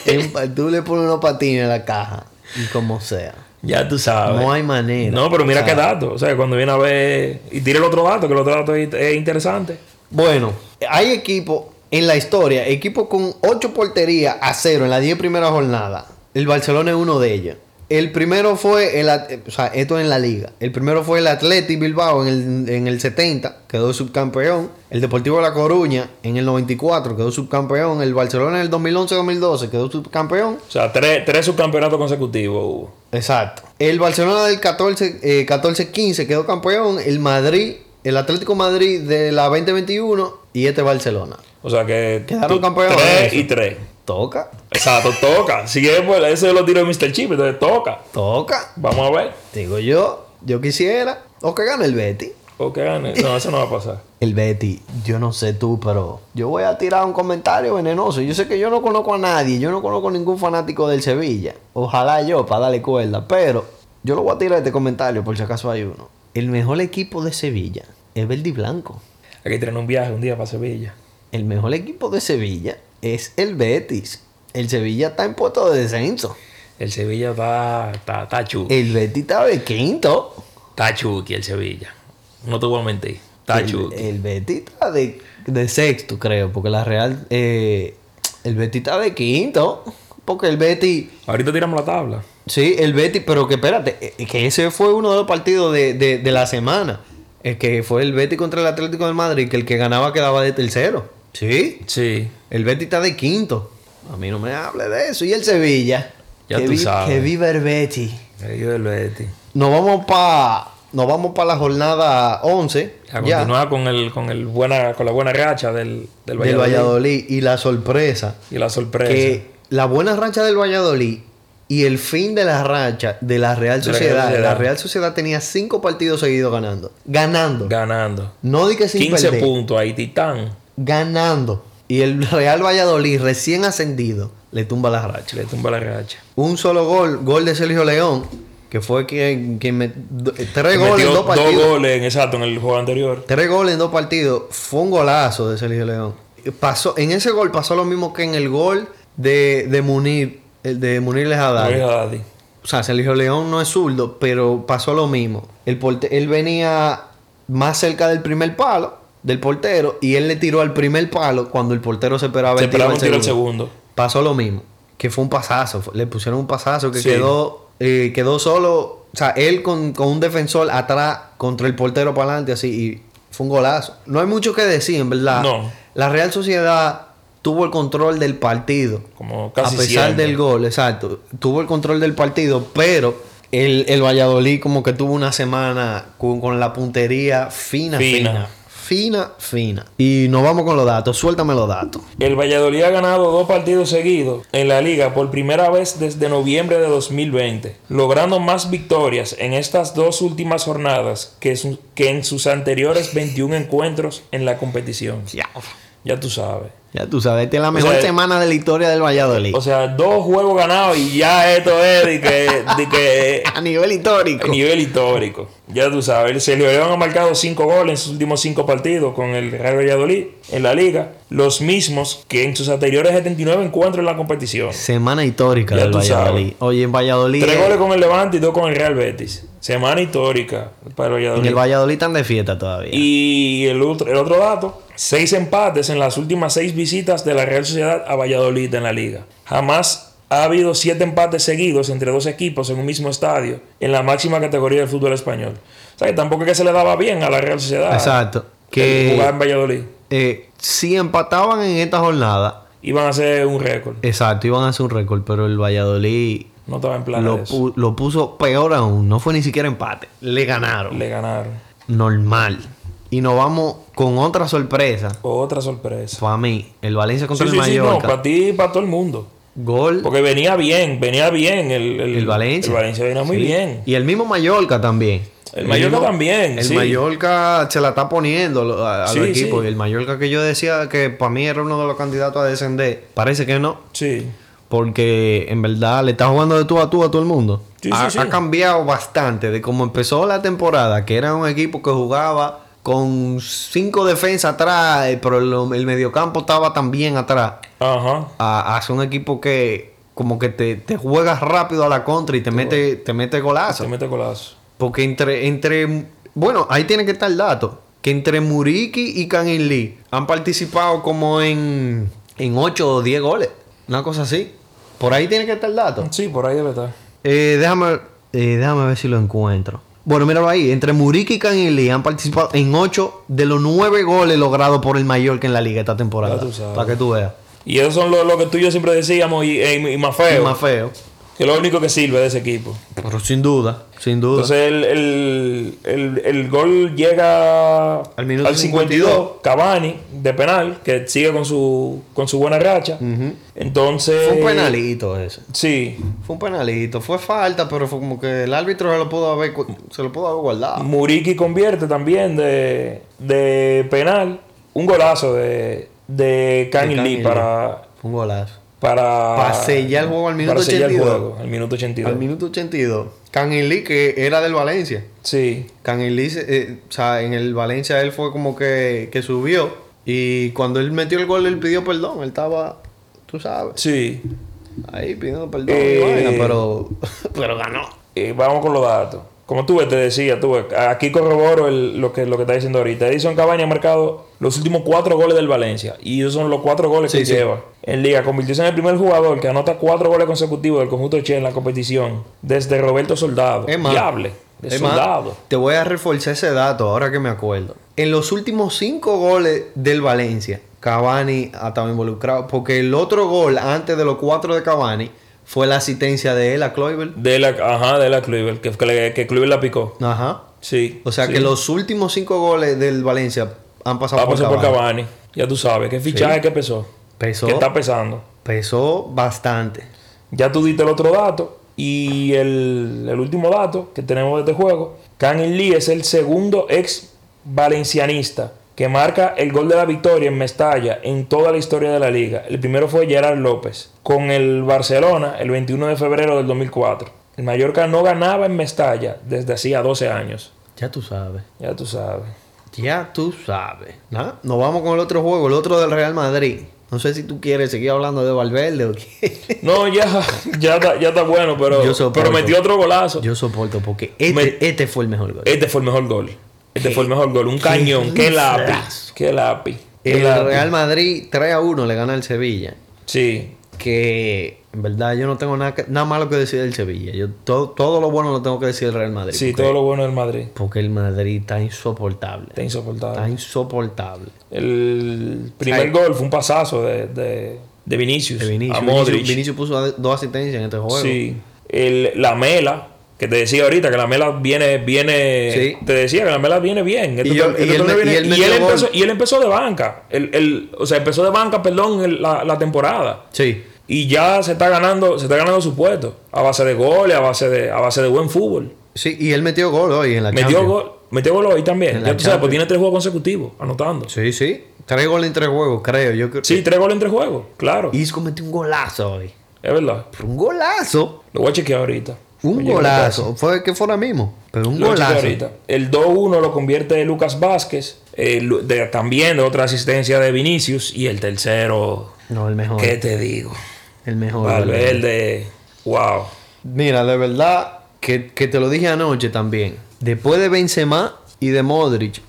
A: Tú le pones unos patines en la caja y como sea.
B: Ya tú sabes.
A: No hay manera.
B: No, pero mira
A: O sea,
B: qué dato. O sea, cuando viene a ver. Y tira el otro dato, que el otro dato es es interesante.
A: Bueno, hay equipos en la historia, equipos con 8 porterías a cero en las 10 primeras jornadas. El Barcelona es uno de ellas. El primero fue, el, At- eh, o sea, esto en la liga. El primero fue el Athletic Bilbao en el, en el 70, quedó subcampeón. El Deportivo La Coruña en el 94, quedó subcampeón. El Barcelona en el 2011-2012, quedó subcampeón.
B: O sea, tres, tres subcampeonatos consecutivos hubo.
A: Exacto. El Barcelona del 14, eh, 14-15 quedó campeón. El Madrid, el Atlético Madrid de la 2021 y este Barcelona.
B: O sea que.
A: Quedaron
B: tú-
A: campeones.
B: Tres y tres.
A: Toca.
B: Exacto, toca. Si es por ese lo tiro de Mr. Chip, entonces toca.
A: Toca.
B: Vamos a ver.
A: Digo yo, yo quisiera. O que gane el Betty.
B: O o que gane. No, eso no va a pasar.
A: El Betty, yo no sé tú, pero yo voy a tirar un comentario venenoso. Yo sé que yo no conozco a nadie, yo no conozco a ningún fanático del Sevilla. Ojalá yo para darle cuerda, pero yo lo voy a tirar este comentario por si acaso hay uno. El mejor equipo de Sevilla es verde y blanco.
B: Hay que tener un viaje un día para Sevilla.
A: El mejor equipo de Sevilla es el Betis. El Sevilla está en puesto de descenso.
B: El Sevilla está, está, está chuki.
A: El Betis está de quinto.
B: Está chuki el Sevilla. No te voy a mentir. Está
A: El, eh.
B: chuki.
A: el Betis está de, de sexto, creo, porque la Real. eh, el Betis está de quinto. Porque el Betis.
B: Ahorita tiramos la tabla.
A: Sí, el Betis, pero que espérate, eh, que ese fue uno de los partidos de, de- de la semana. El que fue el Betis contra el Atlético de Madrid, que el que ganaba quedaba de tercero. Sí.
B: Sí.
A: El Betis está de quinto. A mí no me hable de eso. Y el Sevilla.
B: Ya
A: que
B: tú
A: vi-
B: sabes.
A: Que viva el Betis.
B: El del Betis.
A: Nos vamos para nos vamos para la jornada 11
B: A
A: ya,
B: continuar con el, con el buena, con la buena racha del, del
A: del Valladolid y la sorpresa
B: Y la sorpresa.
A: que la buena racha del Valladolid y el fin de la racha de la Real
B: De la Real
A: Sociedad. La Real Sociedad,
B: Sociedad.
A: tenía cinco partidos seguidos ganando. Ganando.
B: Ganando.
A: no di que sin
B: 15
A: perder.
B: puntos ahí, Titán.
A: Ganando. Y el Real Valladolid recién ascendido le tumba la racha.
B: Le tumba la racha.
A: un solo gol, gol de Sergio León, que fue quien, quien met- do- tres
B: Metió
A: goles en dos partidos.
B: Dos goles, en- exacto, en el juego anterior.
A: Tres goles en dos partidos. Fue un golazo de Sergio León. Pasó, en ese gol pasó lo mismo que en el gol de, de Munir, el de Munir Les
B: Luis Haddadi.
A: o sea, Sergio León no es zurdo, pero pasó lo mismo. El porte- él venía más cerca del primer palo, del portero, y él le tiró al primer palo cuando el portero se esperaba
B: Se
A: el tiro
B: esperaba
A: al
B: un tiro al
A: segundo.
B: segundo.
A: Pasó lo mismo, que fue un pasazo. fue- Le pusieron un pasazo que
B: Sí.
A: quedó, eh, quedó solo. O sea, él con, con un defensor atrás contra el portero para adelante, así, y fue un golazo. No hay mucho que decir, en verdad.
B: No.
A: La Real Sociedad tuvo el control del partido.
B: Como casi
A: a pesar
B: siempre.
A: del gol, exacto. Tuvo el control del partido, pero el, el Valladolid como que tuvo una semana con, con la puntería fina,
B: Fina.
A: fina. Fina, fina. Y nos vamos con los datos. Suéltame los datos.
B: El Valladolid ha ganado dos partidos seguidos en la liga por primera vez desde noviembre de 2020, logrando más victorias en estas dos últimas jornadas que, su- que en sus anteriores 21 encuentros en la competición. Ya tú sabes.
A: Ya tú sabes, esta es la mejor
B: sea,
A: semana de la historia del Valladolid.
B: O sea, dos juegos ganados y ya esto es de que, de que
A: a nivel histórico.
B: a nivel histórico. Ya tú sabes, el Sergio León ha marcado cinco goles en sus últimos cinco partidos con el Real Valladolid en la liga, los mismos que en sus anteriores 79 encuentros en la competición.
A: Semana histórica
B: Ya
A: del
B: tú
A: Valladolid. Oye, en Valladolid.
B: Tres
A: eh,
B: goles con el Levante y dos con el Real Betis. Semana histórica para el
A: en
B: Valladolid.
A: el Valladolid están de fiesta todavía.
B: Y el otro, el otro dato, seis empates en las últimas seis visitas de la Real Sociedad a Valladolid en la liga. Jamás ha habido siete empates seguidos entre dos equipos en un mismo estadio en la máxima categoría del fútbol español. O sea, que tampoco es que se le daba bien a la Real Sociedad
A: Exacto.
B: que jugar en
A: Que
B: Valladolid.
A: eh, si empataban en esta jornada,
B: Iban a hacer un récord.
A: exacto, iban a hacer un récord, pero el Valladolid
B: No estaba en plan
A: lo,
B: de eso.
A: pu- lo puso peor aún. No fue ni siquiera empate. Le ganaron.
B: Le ganaron.
A: Normal. Y nos vamos con otra sorpresa.
B: Otra sorpresa.
A: Para mí, el Valencia
B: Sí,
A: contra
B: sí,
A: el
B: sí, no,
A: Mallorca.
B: para ti y para todo el mundo.
A: Gol
B: Porque venía bien, venía bien el,
A: El Valencia.
B: El Valencia venía muy
A: Sí.
B: bien.
A: Y el mismo Mallorca también.
B: El Mallorca también,
A: El
B: sí.
A: Mallorca se la está poniendo lo- a, a los
B: Sí,
A: equipos.
B: sí.
A: Y el Mallorca que yo decía que para mí era uno de los candidatos a descender, parece que no.
B: Sí.
A: Porque en verdad le está jugando de tú a tú a todo el mundo.
B: Sí,
A: ha,
B: sí, sí.
A: ha cambiado bastante de cómo empezó la temporada, que era un equipo que jugaba con cinco defensas atrás, eh, pero lo- el mediocampo estaba también atrás.
B: Ajá.
A: A, hacia un equipo que como que te, te juegas rápido a la contra y te mete, te mete golazo.
B: Se mete colazo.
A: Porque entre, entre. Bueno, ahí tiene que estar el dato. Que entre Muriki y Kangin Lee han participado como en, en 8 o 10 goles. Una cosa así. Por ahí tiene que estar el dato.
B: Sí, por ahí debe estar.
A: Eh, déjame, eh, déjame ver si lo encuentro. Bueno, míralo ahí. Entre Muriki y Kangin Lee han participado en 8 de los 9 goles logrados por el Mallorca en la liga esta temporada.
B: Ya tú sabes.
A: Para que tú veas.
B: eh, Y eso son lo, lo que tú y yo siempre decíamos y, y- y más feo.
A: más feo.
B: Que es lo único que sirve de ese equipo.
A: Pero sin duda, sin duda.
B: Entonces el, el, el, el gol llega
A: Al minuto
B: 52. Cavani de penal, que sigue con su, con su buena racha. Entonces.
A: fue un penalito eso.
B: Sí,
A: Fue un penalito. Fue falta, pero fue como que el árbitro se lo pudo haber, cu- se lo pudo haber guardado.
B: Muriqui convierte también de, de penal un golazo de, de Kanye
A: De Kanye
B: Lee
A: Lee.
B: para,
A: Fue un golazo.
B: para,
A: Para sellar el juego al minuto
B: para sellar el
A: 82.
B: juego al minuto 82.
A: Al minuto 82. Can Lee, que era del Valencia.
B: Sí,
A: Can Lee, se- eh, o sea, en el Valencia él fue como que, que subió. Y cuando él metió el gol, él pidió perdón. Él estaba, tú sabes,
B: sí.
A: ahí pidiendo perdón.
B: Eh.
A: y vaina, pero, pero ganó.
B: Eh, vamos con los datos. Como tú ves, te decía, tú ves, aquí corroboro el- lo, que, lo que está diciendo ahorita. Edison Cavani ha marcado los últimos cuatro goles del Valencia. Y esos son los cuatro goles que
A: Sí, sí.
B: lleva. En Liga, convirtióse en el primer jugador que anota cuatro goles consecutivos del conjunto Che en la competición. Desde Roberto Soldado.
A: Es más,
B: Diable. De
A: es más,
B: Soldado.
A: te voy a reforzar ese dato ahora que me acuerdo. En los últimos cinco goles del Valencia, Cavani ha estado involucrado. Porque el otro gol antes de los cuatro de Cavani fue la asistencia de él a Kluivert.
B: De la, ajá, de la Kluivert, que, que, le- que Kluivert la picó.
A: Ajá.
B: Sí.
A: O sea
B: sí.
A: que los últimos cinco goles del Valencia han pasado
B: Va a
A: por
B: pasar
A: Cavani.
B: por Cavani. Ya tú sabes, qué fichaje que pesó.
A: Pesó,
B: Que está pesando.
A: pesó bastante.
B: Ya tú diste el otro dato. Y el, el último dato que tenemos de este juego: Canin Lee es el segundo ex valencianista que marca el gol de la victoria en Mestalla en toda la historia de la liga. El primero fue Gerard López con el Barcelona el 21 de febrero del 2004. El Mallorca no ganaba en Mestalla desde hacía 12 años.
A: Ya tú sabes.
B: Ya tú sabes.
A: Ya tú sabes. ¿Nah? Nos vamos con el otro juego, el otro del Real Madrid. No sé si tú quieres seguir hablando de Valverde o qué.
B: No, ya, ya, está, ya está bueno, pero,
A: Yo soporto.
B: pero metió otro golazo.
A: Yo soporto porque este,
B: Me-
A: este fue el mejor gol.
B: Este fue el mejor gol. Este
A: Qué-
B: fue el mejor gol. Un
A: qué
B: cañón. Qué lápiz.
A: golazo.
B: Qué lápiz. Qué
A: El
B: lápiz.
A: Real Madrid 3 a 1 le gana al Sevilla.
B: Sí.
A: Que en verdad yo no tengo nada, que- nada malo que decir del Sevilla. Yo todo, todo lo bueno lo tengo que decir del Real Madrid.
B: Sí,
A: porque,
B: todo lo bueno del Madrid.
A: porque el Madrid está insoportable.
B: Está insoportable.
A: Está insoportable.
B: El primer gol fue un pasazo de, de, de Vinicius.
A: De Vinicius.
B: A Modric.
A: Vinicius, Vinicius puso a- dos asistencias en este juego.
B: Sí. El- la Mela. Que te decía ahorita que la Mela viene. viene
A: Sí.
B: Te decía que la Mela viene bien. Este
A: Y yo-
B: tor- este
A: y él
B: torneo
A: me-
B: viene-
A: y él
B: y
A: metió
B: él
A: gol.
B: empezó- y él empezó de banca. El, el- o sea, empezó de banca, perdón, el- la- la temporada.
A: Sí.
B: y ya se está ganando, se está ganando su puesto a base de goles, a base de, a base de buen fútbol.
A: Sí, y él metió gol hoy en la
B: Metió
A: Champions.
B: gol, metió gol hoy también.
A: En
B: Ya
A: la
B: tú sabes, pues
A: Champions.
B: tiene tres juegos consecutivos anotando. Sí,
A: Sí, sí. Tres goles en tres juegos, creo. Yo creo.
B: tres goles en tres juegos, claro.
A: Isco metió un golazo hoy.
B: Es verdad.
A: Pero un golazo.
B: Lo voy a chequear ahorita.
A: Un
B: Oye,
A: golazo. Fue que fue ahora mismo. Pero un
B: Lo voy a chequear
A: golazo.
B: ahorita. El 2-1 lo convierte Lucas Vázquez, eh, lu- de- también de otra asistencia de Vinicius y el tercero,
A: No, el mejor.
B: ¿qué te digo?
A: El mejor.
B: Valverde, wow.
A: Mira, de verdad que, que te lo dije anoche también. Después de Benzema y de Modric,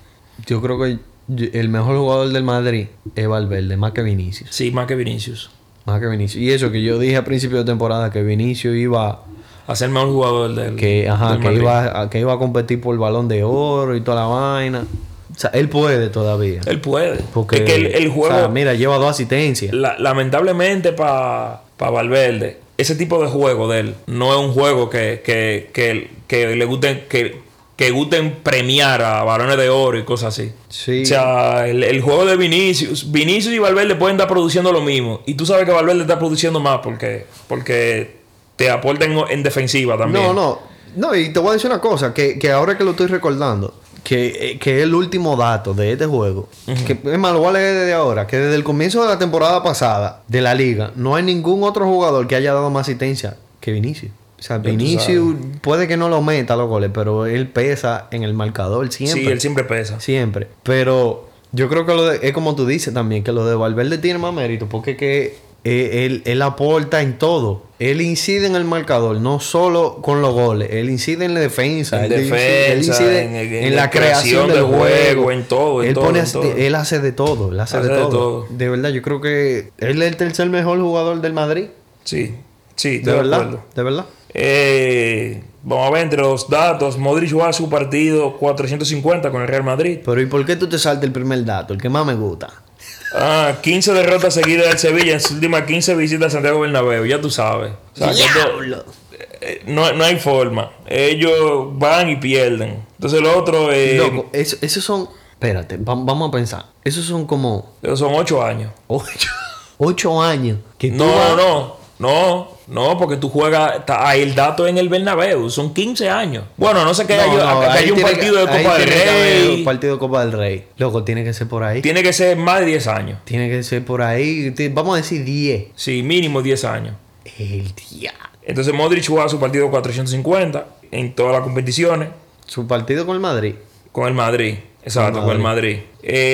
A: yo creo que yo- el mejor jugador del Madrid es Valverde, más que Vinicius.
B: Sí, más que Vinicius.
A: Más que Vinicius. Y eso que yo dije a principio de temporada que Vinicius iba
B: A ser el mejor jugador del
A: que, ajá,
B: del
A: que
B: Madrid.
A: iba a, que iba a competir por el balón de oro y toda la vaina. O sea, él puede todavía.
B: Él puede.
A: Porque
B: es que el, el juego,
A: o sea, mira, lleva dos asistencias.
B: la- lamentablemente para Valverde, ese tipo de juego de él no es un juego que, que, que, que le gusten, que, que gusten premiar a balones de oro y cosas así.
A: Sí.
B: O sea, el, el juego de Vinicius, Vinicius y Valverde pueden estar produciendo lo mismo. Y tú sabes que Valverde está produciendo más porque, porque te aportan en, en defensiva también.
A: No, no. No, y te voy a decir una cosa, que, que ahora que lo estoy recordando, que, eh, que es el último dato de este juego, que es más, lo voy a leer desde ahora, que desde el comienzo de la temporada pasada de la liga, no hay ningún otro jugador que haya dado más asistencia que Vinicius. O sea,
B: tú
A: Vinicius puede que no lo meta los goles, pero él pesa en el marcador siempre.
B: Sí, él siempre pesa.
A: Siempre. Pero yo creo que lo de- es como tú dices también, que lo de Valverde tiene más mérito, porque que eh, él, él aporta en todo. Él incide en el marcador, no solo con los goles, él incide en la defensa,
B: En
A: él incide- él
B: defensa,
A: incide
B: en
A: en,
B: el-
A: la creación del juego,
B: en todo, en
A: él,
B: todo,
A: pone
B: en
A: as-
B: todo.
A: él hace de todo, él hace, de, todo. De verdad, yo creo que él es el tercer mejor jugador del Madrid.
B: Sí, sí,
A: De,
B: estoy de,
A: verdad,
B: acuerdo.
A: de verdad.
B: Eh, vamos a ver entre los datos. Modric juega su partido 450 con el Real Madrid.
A: Pero ¿y por qué tú te saltas el primer dato, el que más me gusta?
B: Ah, 15 derrotas seguidas del Sevilla en sus últimas 15 visitas a Santiago Bernabéu, ya tú sabes. O sea, que esto- eh, no, no hay forma. Ellos van y pierden. Entonces el otro eh,
A: Loco, eso- esos son. Espérate, va- vamos a pensar. Esos son como
B: son 8 años.
A: ocho, ocho años. Que tú
B: No,
A: vas-
B: no, no, no, porque tú juegas, ta- ahí el dato en el Bernabéu, son 15 años. Bueno, no sé qué,
A: No,
B: hay,
A: no,
B: acá
A: ahí
B: hay un
A: tiene
B: partido
A: que-
B: de
A: ahí
B: Copa del
A: tiene que haber un
B: Rey,
A: partido de Copa del Rey. Loco, tiene que ser por ahí.
B: tiene que ser más de 10 años.
A: Tiene que ser por ahí. Ti- Vamos a decir 10.
B: Sí, mínimo 10 años.
A: El día.
B: Entonces Modric jugaba su partido 450 en todas las competiciones
A: Su partido con el Madrid.
B: con el Madrid. Exacto, con el Madrid.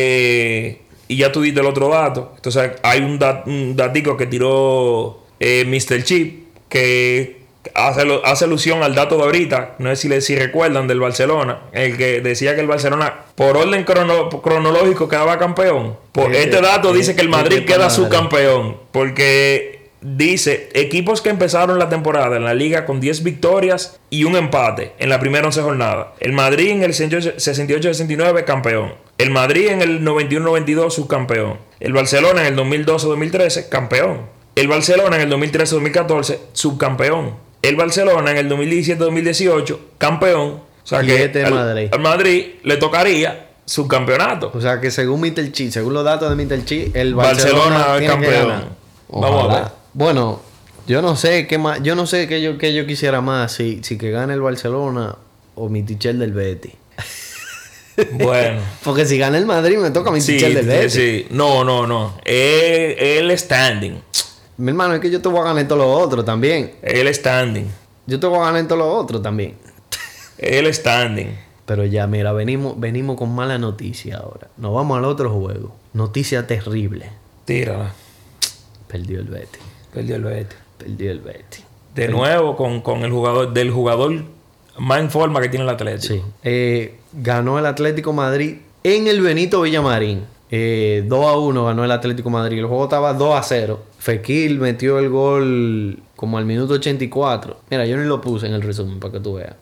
B: Eh, y ya tú diste el otro dato. Entonces hay un, dat- un datico que tiró eh, Mr. Chip que hace, lo- hace alusión al dato de ahorita. No sé si, le, si recuerdan del Barcelona. El que decía que el Barcelona, por orden crono- cronológico, quedaba campeón. Por,
A: Eh,
B: este dato
A: eh,
B: dice que el
A: eh,
B: Madrid
A: qué
B: queda
A: padre.
B: subcampeón campeón. Porque dice, equipos que empezaron la temporada en la liga con 10 victorias y un empate en la primera 11 jornada. El Madrid en el 68-69 campeón. El Madrid en el 91-92 subcampeón. El Barcelona en el 2012-2013 campeón. El Barcelona en el 2013-2014 subcampeón. El Barcelona en el 2017-2018 campeón. O sea
A: Y
B: que
A: este
B: al-
A: Madrid.
B: al Madrid le tocaría subcampeonato.
A: O sea que según Mr. Chi, según los datos de Mr. Chi, el Barcelona,
B: Barcelona es
A: tiene que
B: campeón.
A: ganar.
B: Vamos a
A: Ojalá.
B: ver.
A: Bueno, yo no sé qué más, yo no sé qué yo, qué yo quisiera más, si, si que gane el Barcelona o mi tichel del Betis.
B: Bueno.
A: Porque si gana el Madrid me toca mi
B: Sí, eh,
A: tichel del Betis.
B: sí. No, no, no. El, el standing.
A: Mi hermano, es que yo te voy a ganar en todos los otros también.
B: El standing.
A: Yo te voy a ganar en todos los otros también.
B: El standing.
A: Pero ya, mira, venimos, venimos con mala noticia ahora. Nos vamos al otro juego. Noticia terrible.
B: Tírala.
A: Perdió el Betis.
B: Perdió el Betis.
A: Perdió el Betis.
B: De nuevo con, con el jugador, del jugador más en forma que tiene el Atlético.
A: Sí. Eh, ganó el Atlético Madrid en el Benito Villamarín. Eh, 2 a 1 ganó el Atlético Madrid. El juego estaba 2 a 0. Fekir metió el gol como al minuto 84. Mira, yo ni lo puse en el resumen para que tú veas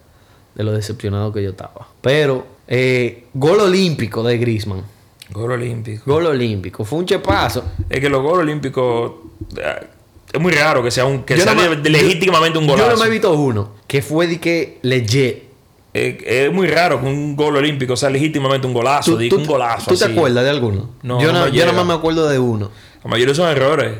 A: de lo decepcionado que yo estaba. Pero, eh, gol olímpico de Grisman.
B: Gol olímpico.
A: Gol olímpico. Fue un chepazo.
B: Es que los goles olímpicos. eh, Es muy raro que sea un. Que
A: Yo
B: sea
A: no me-
B: de- de legítimamente un
A: Yo
B: golazo.
A: no me he visto uno que fue de que legit.
B: Eh, es muy raro que un gol olímpico sea legítimamente un golazo. digo, un golazo.
A: ¿tú te
B: así.
A: acuerdas de alguno?
B: No,
A: yo no,
B: no me
A: yo nada
B: llega.
A: más me acuerdo de uno.
B: La mayoría son errores.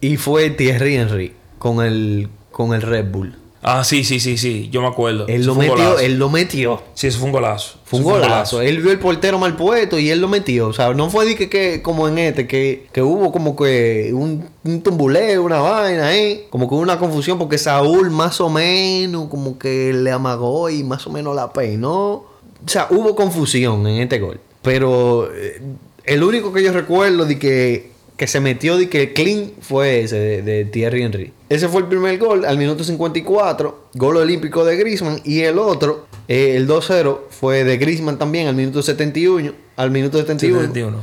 A: Y fue Thierry Henry con el, con el Red Bull.
B: Ah, sí, sí, sí, sí. Yo me acuerdo.
A: Él
B: Eso
A: lo
B: fue un
A: metió,
B: golazo.
A: él lo metió.
B: Sí, eso fue un golazo.
A: Fue un
B: Eso
A: golazo. Él vio el portero mal puesto y él lo metió. O sea, no fue de que, que- como en este, que, que hubo como que un, un tumbuleo, una vaina ahí. Como que hubo una confusión porque Saúl más o menos como que le amagó y más o menos la peinó. O sea, hubo confusión en este gol. Pero eh, el único que yo recuerdo de que, que se metió de que clean fue ese de, de Thierry Henry. Ese fue el primer gol al minuto 54, gol olímpico de Griezmann. Y el otro, eh, el 2-0, fue de Griezmann también al minuto 71. Al minuto 71.
B: 71.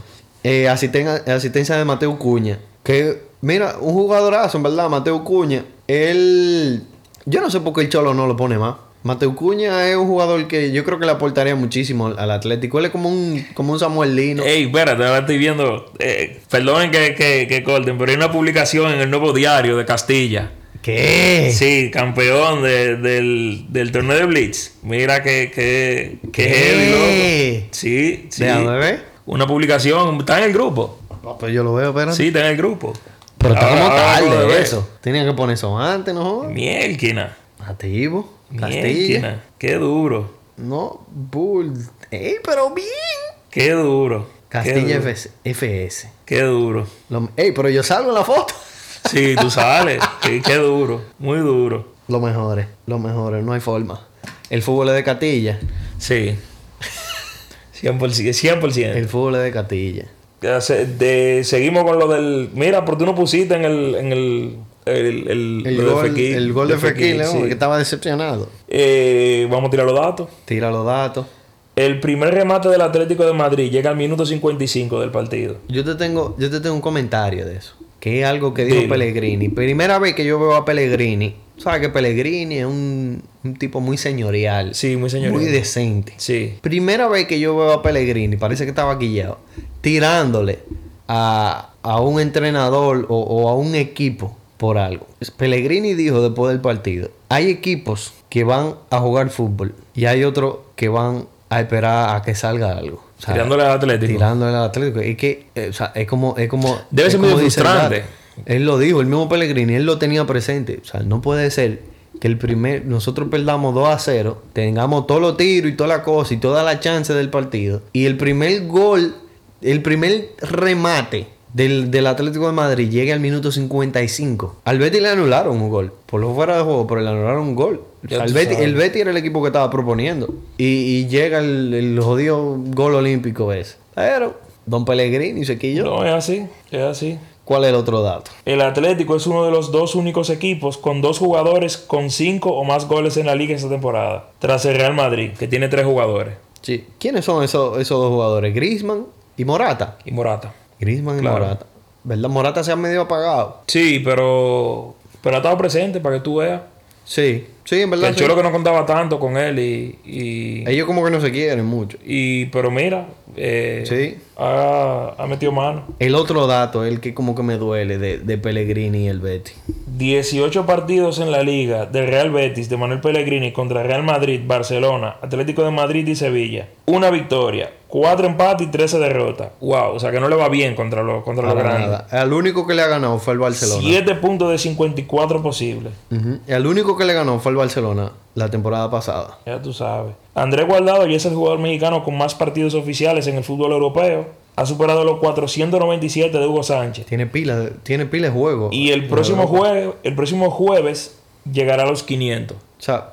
A: Eh, asisten- asistencia de Mateo Cuña. Que, mira, un jugadorazo, en verdad, Mateo Cuña. Él. Yo no sé por qué el Cholo no lo pone más. Mateo Cuña es un jugador que yo creo que le aportaría muchísimo al, al Atlético. Él es como un, como un Samuel Lino.
B: Ey, espérate, ahora estoy viendo. eh, perdonen que, que, que corten, pero hay una publicación en el nuevo diario de Castilla.
A: ¿Qué?
B: Sí, campeón de- del, del torneo de Blitz. Mira que, que, que heavy, loco.
A: ¿Qué?
B: Sí, sí.
A: Déjame ver.
B: Una publicación, está en el grupo.
A: Ah, pues yo lo veo, espérate.
B: Sí, está en el grupo.
A: Pero está
B: Ahora-
A: como
B: ahora acabo de
A: tarde
B: ver.
A: eso. Tenía que poner eso antes, ¿no? jodas.
B: Mielquina.
A: Nativo. Castilla.
B: Mielquina. Qué duro.
A: No, Bull. ¡Ey, pero bien!
B: Qué duro. Qué
A: Castilla
B: duro.
A: FS. FS.
B: Qué duro.
A: Lo- ey, pero yo salgo en la foto.
B: Sí, tú sales. Sí, qué duro. Muy duro.
A: Lo mejores, lo mejores, no hay forma. El fútbol es de Catilla.
B: Sí. 100%. 100%.
A: El fútbol es de Catilla.
B: Ya se- de- seguimos con lo del. Mira, por tú no pusiste en el. En el, el, el-
A: El,
B: lo de
A: gol,
B: Fekir.
A: el gol de Fekir, ¿no?
B: sí.
A: que estaba decepcionado.
B: Eh, vamos a tirar los datos.
A: Tira los datos.
B: El primer remate del Atlético de Madrid llega al minuto 55 del partido.
A: Yo te tengo, yo te tengo un comentario de eso. Que es algo que dijo
B: Dilo.
A: Pellegrini. Primera vez que yo veo a Pellegrini. Sabes que Pellegrini es un, un tipo muy señorial.
B: Sí, muy señor.
A: Muy decente.
B: Sí.
A: Primera vez que yo veo a Pellegrini, parece que estaba guillado, tirándole a, a un entrenador o, o a un equipo por algo. Pellegrini dijo después del partido, hay equipos que van a jugar fútbol y hay otros que van a esperar a que salga algo. O sea,
B: Tirándole al Atlético.
A: tirándole al Atlético. Es que, eh, o sea, es como, es como.
B: Debe
A: es
B: ser muy
A: como dice el Dad.
B: frustrante.
A: Él lo dijo, el mismo Pellegrini, él lo tenía presente. O sea, no puede ser que el primer, nosotros perdamos 2 a 0, tengamos todos los tiros y toda la cosa y toda la chance del partido. Y el primer gol, el primer remate del, del Atlético de Madrid llegue al minuto 55. Al Betty le anularon un gol. Por lo fuera de juego, pero le anularon un gol.
B: Ya
A: Al
B: tú
A: Betis-
B: sabes.
A: el Betty era el equipo que estaba proponiendo. Y, y llega el, el jodido gol olímpico ese. Pero, Don Pellegrini se quilló.
B: No, es así, es así.
A: ¿Cuál es el otro dato?
B: El Atlético es uno de los dos únicos equipos con dos jugadores con cinco o más goles en la liga esta temporada, tras el Real Madrid, que tiene tres jugadores,
A: Sí. ¿Quiénes son esos, esos dos jugadores? Grisman y Morata.
B: y Morata.
A: Grisman
B: Claro.
A: y Morata. ¿Verdad? Morata se ha medio apagado.
B: Sí, pero, pero ha estado presente para que tú veas.
A: Sí, sí, en
B: Que
A: verdad.
B: el
A: sí.
B: Cholo que no contaba tanto con él y... y,
A: Ellos como que no se quieren mucho.
B: y- pero mira, eh,
A: Sí.
B: ha, ha metido mano.
A: El otro dato, el que como que me duele de, de Pellegrini y el Betty.
B: 18 partidos en la liga del Real Betis de Manuel Pellegrini contra Real Madrid, Barcelona, Atlético de Madrid y Sevilla. Una victoria, cuatro empates y 13 derrotas. Wow, o sea que no le va bien contra los contra los
A: Para
B: grandes.
A: nada. Al único que le ha ganado fue el Barcelona.
B: 7 puntos de 54 posibles.
A: Ujú. El único que le ganó fue el Barcelona la temporada pasada.
B: Ya tú sabes. Andrés Guardado ya es el jugador mexicano con más partidos oficiales en el fútbol europeo. Ha superado los 497 de Hugo Sánchez.
A: Tiene pila, de- tiene pila de juego.
B: Y el próximo, jue- el próximo jueves llegará a los 500.
A: O sea,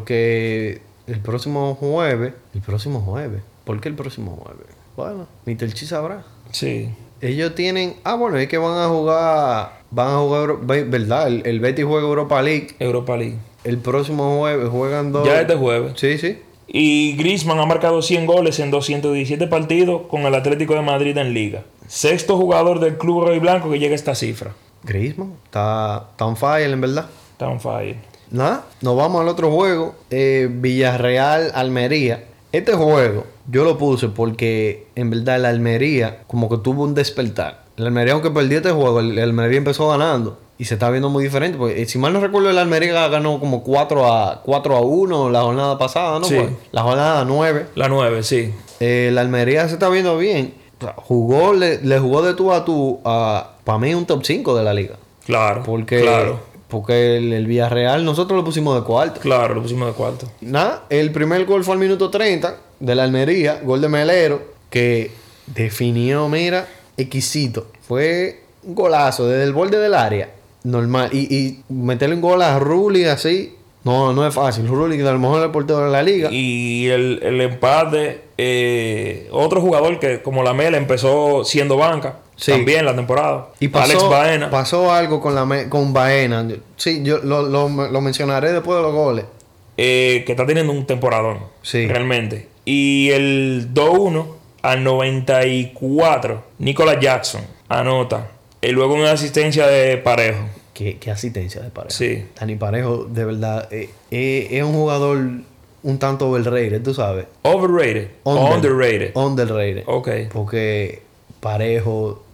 A: porque el próximo jueves, el próximo jueves, ¿por qué el próximo jueves? Bueno, Mr. Chi sabrá.
B: Sí.
A: Ellos tienen, ah bueno, es que van a jugar, van a jugar, Euro- ve- ¿verdad? El, el Betis juega Europa League.
B: Europa League.
A: El próximo jueves juegan dos.
B: Ya este jueves.
A: Sí, sí.
B: Y Griezmann ha marcado 100 goles en 217 partidos con el Atlético de Madrid en Liga. Sexto jugador del club rojo y blanco que llega a esta cifra.
A: Griezmann, está tan fire en verdad.
B: Está on fire.
A: Nada, nos vamos al otro juego. eh, Villarreal, Almería. Este juego yo lo puse porque en verdad la Almería como que tuvo un despertar. La Almería, aunque perdió este juego, el el Almería empezó ganando. Y se está viendo muy diferente. Porque, eh, si mal no recuerdo, el Almería ganó como 4 a, 4 a 1 la jornada pasada, ¿no?
B: Sí.
A: Juan? La jornada 9.
B: La 9, sí.
A: Eh, la Almería se está viendo bien. O sea, jugó, le, le jugó de tú a tú a, para mí, un top 5 de la liga.
B: Claro.
A: Porque,
B: Claro.
A: porque el, el Villarreal nosotros lo pusimos de cuarto.
B: Claro, lo pusimos de cuarto.
A: Nada, el primer gol fue al minuto 30 de la Almería, gol de Melero, que definió, mira, exquisito. Fue un golazo desde el borde del área, normal. Y, y meterle un gol a Rulli así, no, no es fácil. Rulli, que a lo mejor es el portero de la liga.
B: Y el, el empate, eh, otro jugador que como la Mela empezó siendo banca
A: Sí.
B: también la temporada.
A: Y pasó,
B: Alex Baena.
A: pasó algo con, la, me- con Baena. Sí, yo lo, lo- lo mencionaré después de los goles.
B: eh, que está teniendo un temporadón.
A: Sí.
B: Realmente. Y el 2-1 al 94, Nicolas Jackson anota. Y luego una asistencia de parejo.
A: Qué, qué asistencia de Parejo.
B: Sí.
A: Dani Parejo, de verdad, eh, eh, es un jugador un tanto overrated, tú sabes.
B: Overrated. Underrated.
A: Underrated.
B: Ok.
A: Porque Parejo,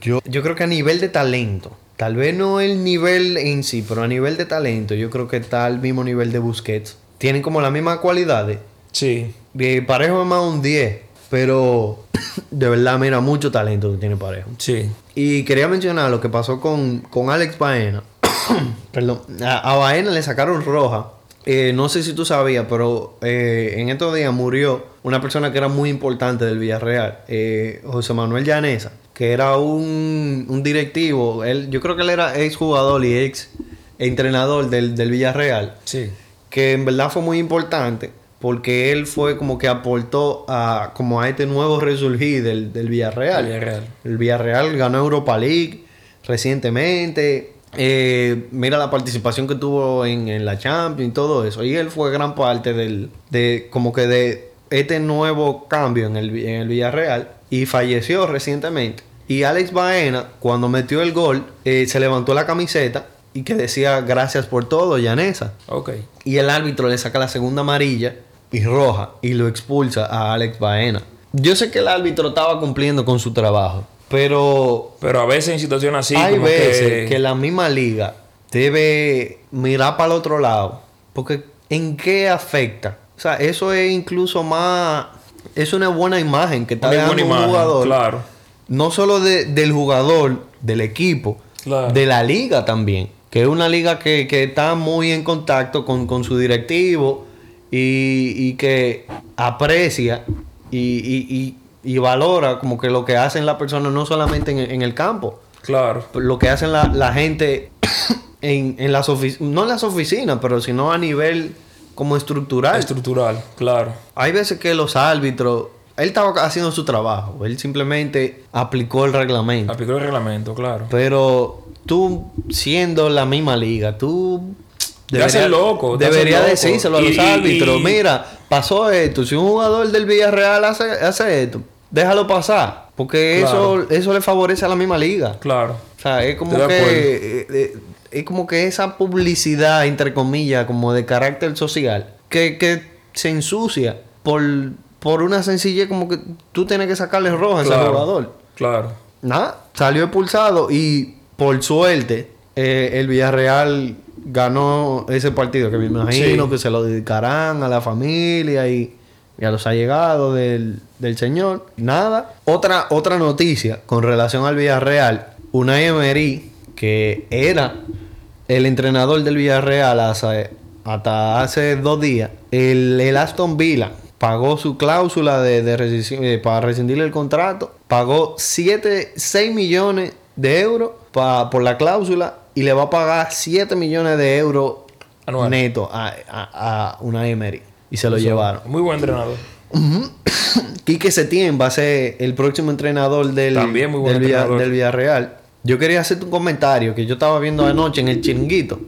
A: yo, yo creo que a nivel de talento, tal vez no el nivel en sí, pero a nivel de talento, yo creo que está al mismo nivel de Busquets. Tienen como las mismas cualidades.
B: Sí.
A: De Parejo es más un 10, pero de verdad, mira, mucho talento que tiene Parejo.
B: Sí.
A: Y quería mencionar lo que pasó con, con Alex Baena. Perdón. A, a Baena le sacaron roja. Eh, no sé si tú sabías, pero eh, en estos días murió una persona que era muy importante del Villarreal, eh, José Manuel Llanesa, que era un, un directivo. Él, yo creo que él era ex jugador y ex entrenador del, del Villarreal
B: Sí.
A: que en verdad fue muy importante porque él fue como que aportó a como a este nuevo resurgir del, del Villarreal.
B: Villarreal.
A: El Villarreal ganó Europa League recientemente. Eh, mira la participación que tuvo en, en la Champions y todo eso. Y él fue gran parte del, de como que de este nuevo cambio en el, en el Villarreal y falleció recientemente. Y Alex Baena, cuando metió el gol, eh, se levantó la camiseta y que decía gracias por todo, Yanesa.
B: Ok.
A: Y el árbitro le saca la segunda amarilla y roja y lo expulsa a Alex Baena. Yo sé que el árbitro estaba cumpliendo con su trabajo, Pero
B: Pero a veces en situaciones así.
A: hay
B: como
A: veces que... la misma liga debe mirar para el otro lado. Porque ¿en qué afecta? O sea, eso es incluso más... Es una buena imagen que está
B: Una
A: dejando
B: buena
A: un
B: imagen,
A: jugador.
B: Claro.
A: No solo de- del jugador, del equipo,
B: Claro.
A: de la liga también. Que es una liga que, que está muy en contacto con, con su directivo y, y que aprecia y, y- y- y valora como que lo que hacen las personas no solamente en, el- en el campo,
B: Claro.
A: lo que hacen la, la gente en, en las oficinas, no en las oficinas, pero sino a nivel como estructural.
B: Estructural. Claro.
A: Hay veces que los árbitros, él estaba haciendo su trabajo, él simplemente aplicó el reglamento.
B: Aplicó el reglamento, claro.
A: Pero tú, siendo la misma liga, tú.
B: Te haces loco, te haces
A: Debería
B: loco.
A: decírselo a
B: Y-
A: los
B: y-
A: árbitros.
B: y-
A: Mira, pasó esto. Si un jugador del Villarreal hace, hace esto, déjalo pasar. Porque
B: Claro.
A: eso, eso le favorece a la misma liga.
B: Claro.
A: O sea, es como
B: Estoy de
A: que. eh, eh, Es como que esa publicidad, entre comillas, como de carácter social, que, que se ensucia por, por una sencillez como que tú tienes que sacarle roja a ese
B: Claro.
A: jugador
B: Claro.
A: nada, salió expulsado y por suerte eh, el Villarreal ganó ese partido que me imagino
B: Sí.
A: que se lo dedicarán a la familia y, y a los allegados del, del señor. Nada. Otra, otra noticia con relación al Villarreal. Una Emery que era el entrenador del Villarreal hace- hasta hace dos días, el, el Aston Villa pagó su cláusula de, de rescisión- eh, para rescindir el contrato, pagó 7, 6 millones de euros pa- por la cláusula y le va a pagar 7 millones de euros
B: Anual.
A: netos a, a- a una Emery. Y se lo llevaron.
B: Muy buen entrenador.
A: Quique Setién va a ser el próximo entrenador del,
B: También muy buen
A: del, Villa-
B: entrenador.
A: del Villarreal. Yo quería hacerte un comentario que yo estaba viendo anoche en el chiringuito.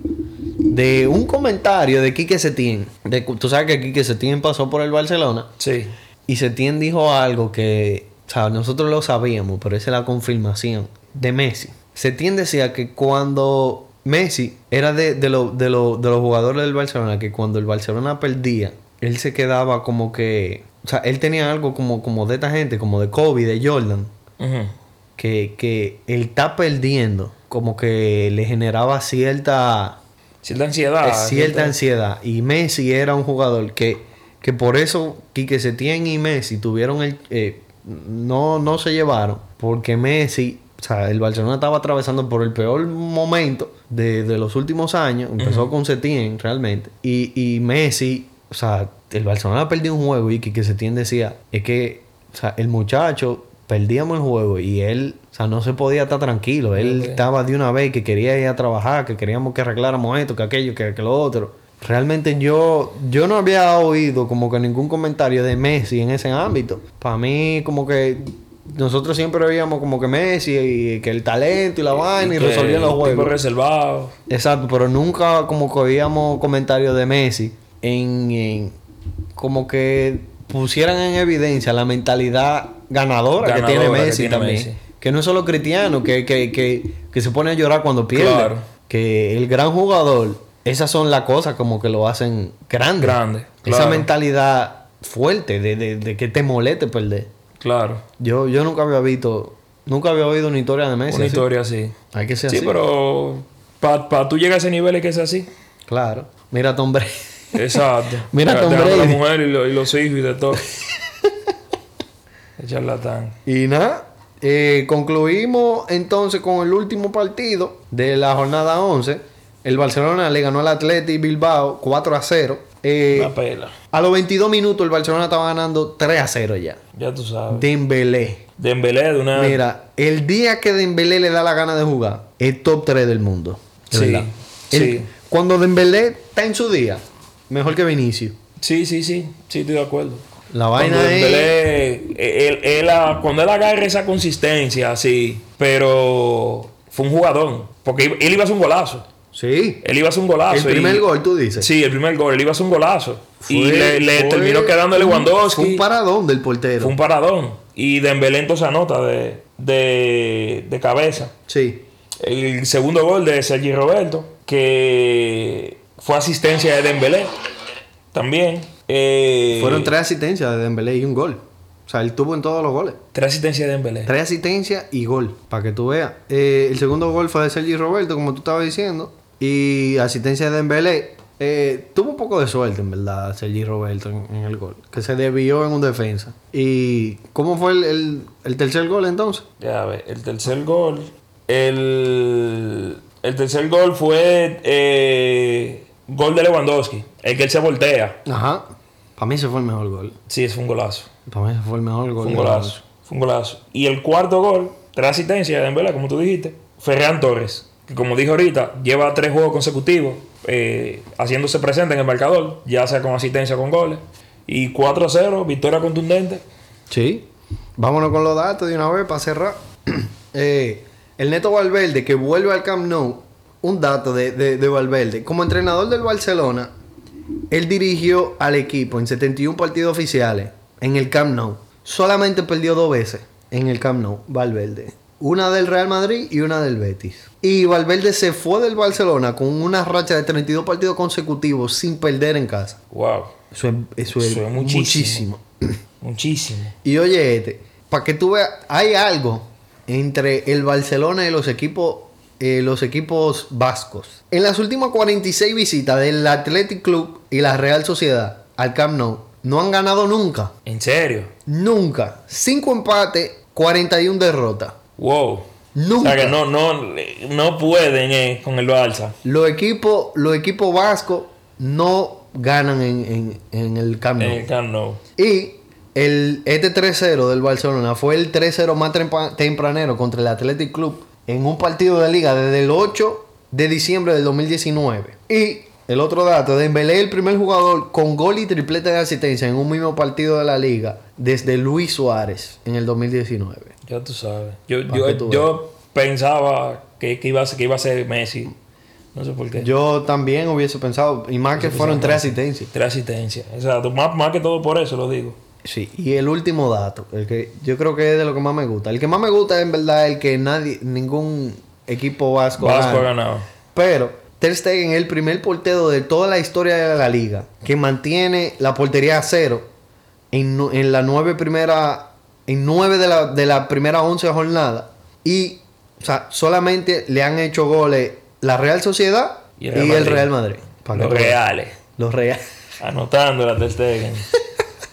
A: De un comentario de Quique Setién. De, cu- tú sabes que Quique Setién pasó por el Barcelona.
B: Sí.
A: Y Setién dijo algo que... O sea, nosotros lo sabíamos, pero esa es la confirmación. De Messi. Setién decía que cuando... Messi era de, de, lo- de lo- de los jugadores del Barcelona que cuando el Barcelona perdía, él se quedaba como que... O sea, él tenía algo como, como de esta gente, como de Kobe, de Jordan
B: Ujú.
A: que, que él está perdiendo, como que le generaba cierta,
B: Cierta ansiedad.
A: eh, cierta ansiedad. Y Messi era un jugador que, que por eso Quique Setién y Messi tuvieron el... eh, no, no se llevaron, porque Messi... O sea, el Barcelona estaba atravesando por el peor momento de, de los últimos años. Empezó con Setién, realmente. Y, y Messi... O sea, el Barcelona perdió un juego y Quique Setién decía... Es que o sea, el muchacho perdíamos el juego y él, o sea, no se podía estar tranquilo. Él estaba de una vez que quería ir a trabajar, que queríamos que arregláramos esto, que aquello, que, que lo otro. Realmente yo, yo no había oído como que ningún comentario de Messi en ese ámbito. Para mí, como que nosotros siempre veíamos como que Messi y que el talento y la vaina y,
B: Eh, Que
A: resolvían los
B: el
A: juegos.
B: tipo reservado.
A: Exacto, pero nunca como que oíamos comentarios de Messi en, en- como que pusieran en evidencia la mentalidad ganadora,
B: Ganadora
A: que tiene
B: que
A: Messi
B: tiene
A: también.
B: Messi.
A: Que no es solo cristiano, que, que, que, que se pone a llorar cuando pierde.
B: Claro.
A: Que el gran jugador, esas son las cosas como que lo hacen grande.
B: Grande,
A: Esa
B: claro.
A: mentalidad fuerte de, de- de que te moleste perder.
B: Claro.
A: Yo, yo nunca había visto, nunca había oído una historia de Messi.
B: Una
A: así.
B: historia así.
A: Hay que ser
B: Sí,
A: así.
B: pero para tú llegar a ese nivel es que es así.
A: Claro. Mira, Tom Brady.
B: Exacto.
A: Mira Tom
B: Dejando la
A: Brady.
B: mujer y, lo- y los hijos y de todo. El charlatán.
A: Y nada, eh, concluimos entonces con el último partido de la jornada 11. El Barcelona le ganó al Atleti Bilbao 4 a 0. Eh,
B: Una pela.
A: a los 22 minutos el Barcelona estaba ganando 3 a 0 ya.
B: Ya tú sabes.
A: Dembélé.
B: Dembélé de una...
A: Mira, el día que Dembélé le da la gana de jugar, es top 3 del mundo. de
B: Sí,
A: verdad. El-
B: sí.
A: Cuando Dembélé está en su día, mejor que Vinicius.
B: Sí, sí, sí. Sí, estoy de acuerdo.
A: La
B: Cuando
A: vaina es...
B: Dembélé, eh, él, él a- cuando él agarra esa consistencia, así. Pero fue un jugadón. Porque iba- él iba a hacer un golazo.
A: Sí.
B: Él iba a hacer un golazo.
A: El primer
B: y-
A: gol, tú dices.
B: Ah, Sí, el primer gol. Él iba a hacer un golazo. y
A: Fue-
B: le, le
A: fue
B: terminó quedando Lewandowski.
A: Un, fue un paradón del portero.
B: Fue un paradón. Y Dembélé entonces anota de, de, de cabeza.
A: Sí.
B: El segundo gol de Sergi Roberto, que fue asistencia de Dembélé también. Eh,
A: Fueron tres asistencias de Dembélé y un gol. O sea, él tuvo en todos los goles.
B: Tres asistencias de Dembélé.
A: Tres asistencias y gol, para que tú veas. Eh, el segundo gol fue de Sergi Roberto, como tú estabas diciendo. Y asistencia de Dembélé. Eh, tuvo un poco de suerte, en verdad, Sergi Roberto en, en el gol. Que se desvió en un defensa. ¿Y cómo fue el, el- el tercer gol entonces?
B: Ya ve, el tercer gol. El, el tercer gol fue eh, gol de Lewandowski. El que él se voltea.
A: Ajá. Para mí ese fue el mejor gol.
B: Sí, es un golazo.
A: Para mí ese fue el mejor gol.
B: Fue un
A: de
B: golazo. Fue un golazo. Y el cuarto gol, tres asistencias de Dembélé, como tú dijiste. Ferran Torres, que como dije ahorita, lleva tres juegos consecutivos eh, haciéndose presente en el marcador, ya sea con asistencia o con goles. Y 4-0, victoria contundente.
A: Sí. Vámonos con los datos de una vez para cerrar. Eh, el Neto Valverde que vuelve al Camp Nou. Un dato de, de- de Valverde. Como entrenador del Barcelona, él dirigió al equipo en 71 partidos oficiales en el Camp Nou. Solamente perdió dos veces en el Camp Nou, Valverde. Una del Real Madrid y una del Betis. Y Valverde se fue del Barcelona con una racha de 32 partidos consecutivos sin perder en casa.
B: Wow.
A: Eso es, eso es
B: Eso es muchísimo.
A: muchísimo.
B: Muchísimo.
A: Y oye, este, para que tú veas, hay algo entre el Barcelona y los equipos, eh, los equipos vascos. En las últimas 46 visitas del Athletic Club y la Real Sociedad al Camp Nou, no han ganado nunca.
B: En serio.
A: Nunca. 5 empates, 41 derrotas.
B: Wow.
A: Nunca.
B: O sea que no, no, no pueden eh, con el Barça.
A: Los equipos, los equipos vascos no ganan en, en- en el Camp Nou.
B: En el Camp Nou.
A: Y el, este 3-0 del Barcelona fue el 3-0 más trempa- tempranero contra el Athletic Club en un partido de liga desde el 8 de diciembre del 2019. Y el otro dato, Dembélé el primer jugador con gol y triplete de asistencia en un mismo partido de la liga desde Luis Suárez en el 2019.
B: Ya tú sabes. Yo,
A: Pa'
B: yo,
A: que tú
B: yo pensaba que, que, iba a ser, que iba a ser Messi. No sé por qué.
A: Yo también hubiese pensado, y más que fueron tres asistencias.
B: Tres asistencias. Exacto. Más, más que todo por eso lo digo.
A: Sí, y el último dato, el que yo creo que es de lo que más me gusta. El que más me gusta es en verdad el que nadie, ningún equipo vasco,
B: Vasco ha
A: gana.
B: ganado.
A: Pero Ter Stegen es el primer portero de toda la historia de la liga que mantiene la portería a cero en, nu- en la nueve primera en nueve de la, de la primera once jornada y o sea, solamente le han hecho goles la Real Sociedad y el Real Madrid. Pa' que
B: Los
A: tú veas.
B: reales.
A: Los Real.
B: Anotando la Ter Stegen.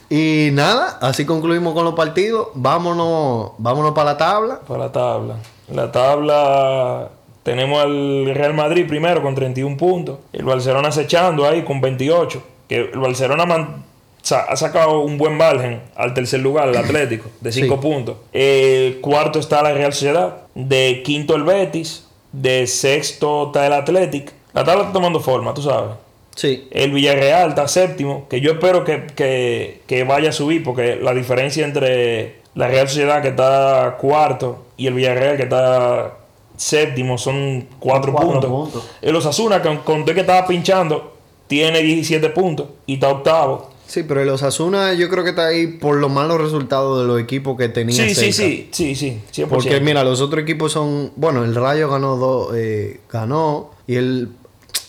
A: Y nada, así concluimos con los partidos. Vámonos, vámonos para la tabla.
B: Para la tabla. La tabla tenemos al Real Madrid primero con 31 puntos. El Barcelona acechando ahí con 28. Que el Barcelona man- sa- ha sacado un buen margen al tercer lugar, el Atlético, de 5
A: Sí.
B: puntos. El cuarto está la Real Sociedad. De quinto el Betis. De sexto está el Atlético. La tabla está tomando forma, tú sabes.
A: Sí.
B: El Villarreal está séptimo, que yo espero que, que- que vaya a subir, porque la diferencia entre la Real Sociedad, que está cuarto, y el Villarreal, que está séptimo, son cuatro,
A: Cuatro
B: puntos.
A: puntos.
B: El Osasuna, que conté que estaba pinchando, tiene 17 puntos y está octavo.
A: Sí, pero el Osasuna yo creo que está ahí por los malos resultados de los equipos que tenía.
B: Sí, sí,
A: cerca.
B: sí, sí, sí, 100%.
A: Porque mira, los otros equipos son. Bueno, el Rayo ganó dos. eh, ganó. Y el.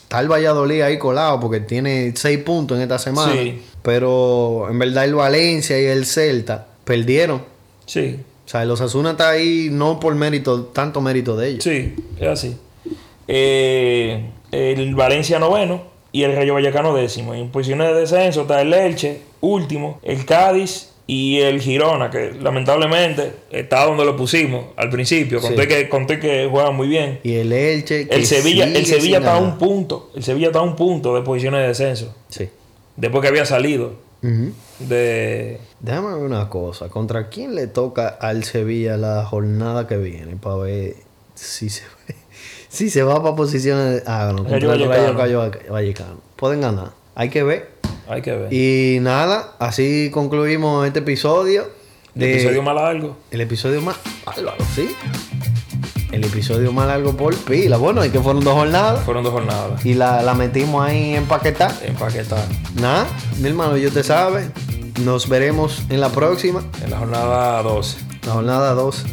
A: Está el Valladolid ahí colado porque tiene seis puntos en esta semana.
B: Sí.
A: Pero en verdad el Valencia y el Celta perdieron.
B: Sí,
A: O sea, el Osasuna está ahí no por mérito, tanto mérito de ellos.
B: sí, es así. Eh, el Valencia noveno y el Rayo Vallecano décimo. En posiciones de descenso está el Elche, último, el Cádiz y el Girona, que lamentablemente está donde lo pusimos al principio. Conté,
A: Sí.
B: que, conté que juega muy bien.
A: Y el Elche. que
B: El Sevilla,
A: sigue
B: el Sevilla
A: sin
B: está a
A: ganar.
B: un punto. El Sevilla está a un punto de posiciones de descenso.
A: Sí.
B: Después que había salido
A: Ujú.
B: de.
A: Déjame ver una cosa. ¿Contra quién le toca al Sevilla la jornada que viene? Para ver si se, si se va para posiciones. Ah, no.
B: Rayo
A: Contra el Rayo
B: Vallecano.
A: Vallecano. Pueden ganar. Hay que ver.
B: Hay que ver.
A: Y nada, así concluimos este episodio.
B: el
A: de-
B: episodio más largo.
A: el episodio más. Álvaro, sí. El episodio más largo por pila. Bueno, y que fueron dos jornadas.
B: Fueron dos jornadas.
A: Y la, la metimos ahí empaquetada.
B: Empaquetar.
A: Nada, mi hermano, yo te sabe. Nos veremos en la próxima.
B: En la jornada 12.
A: La jornada 2.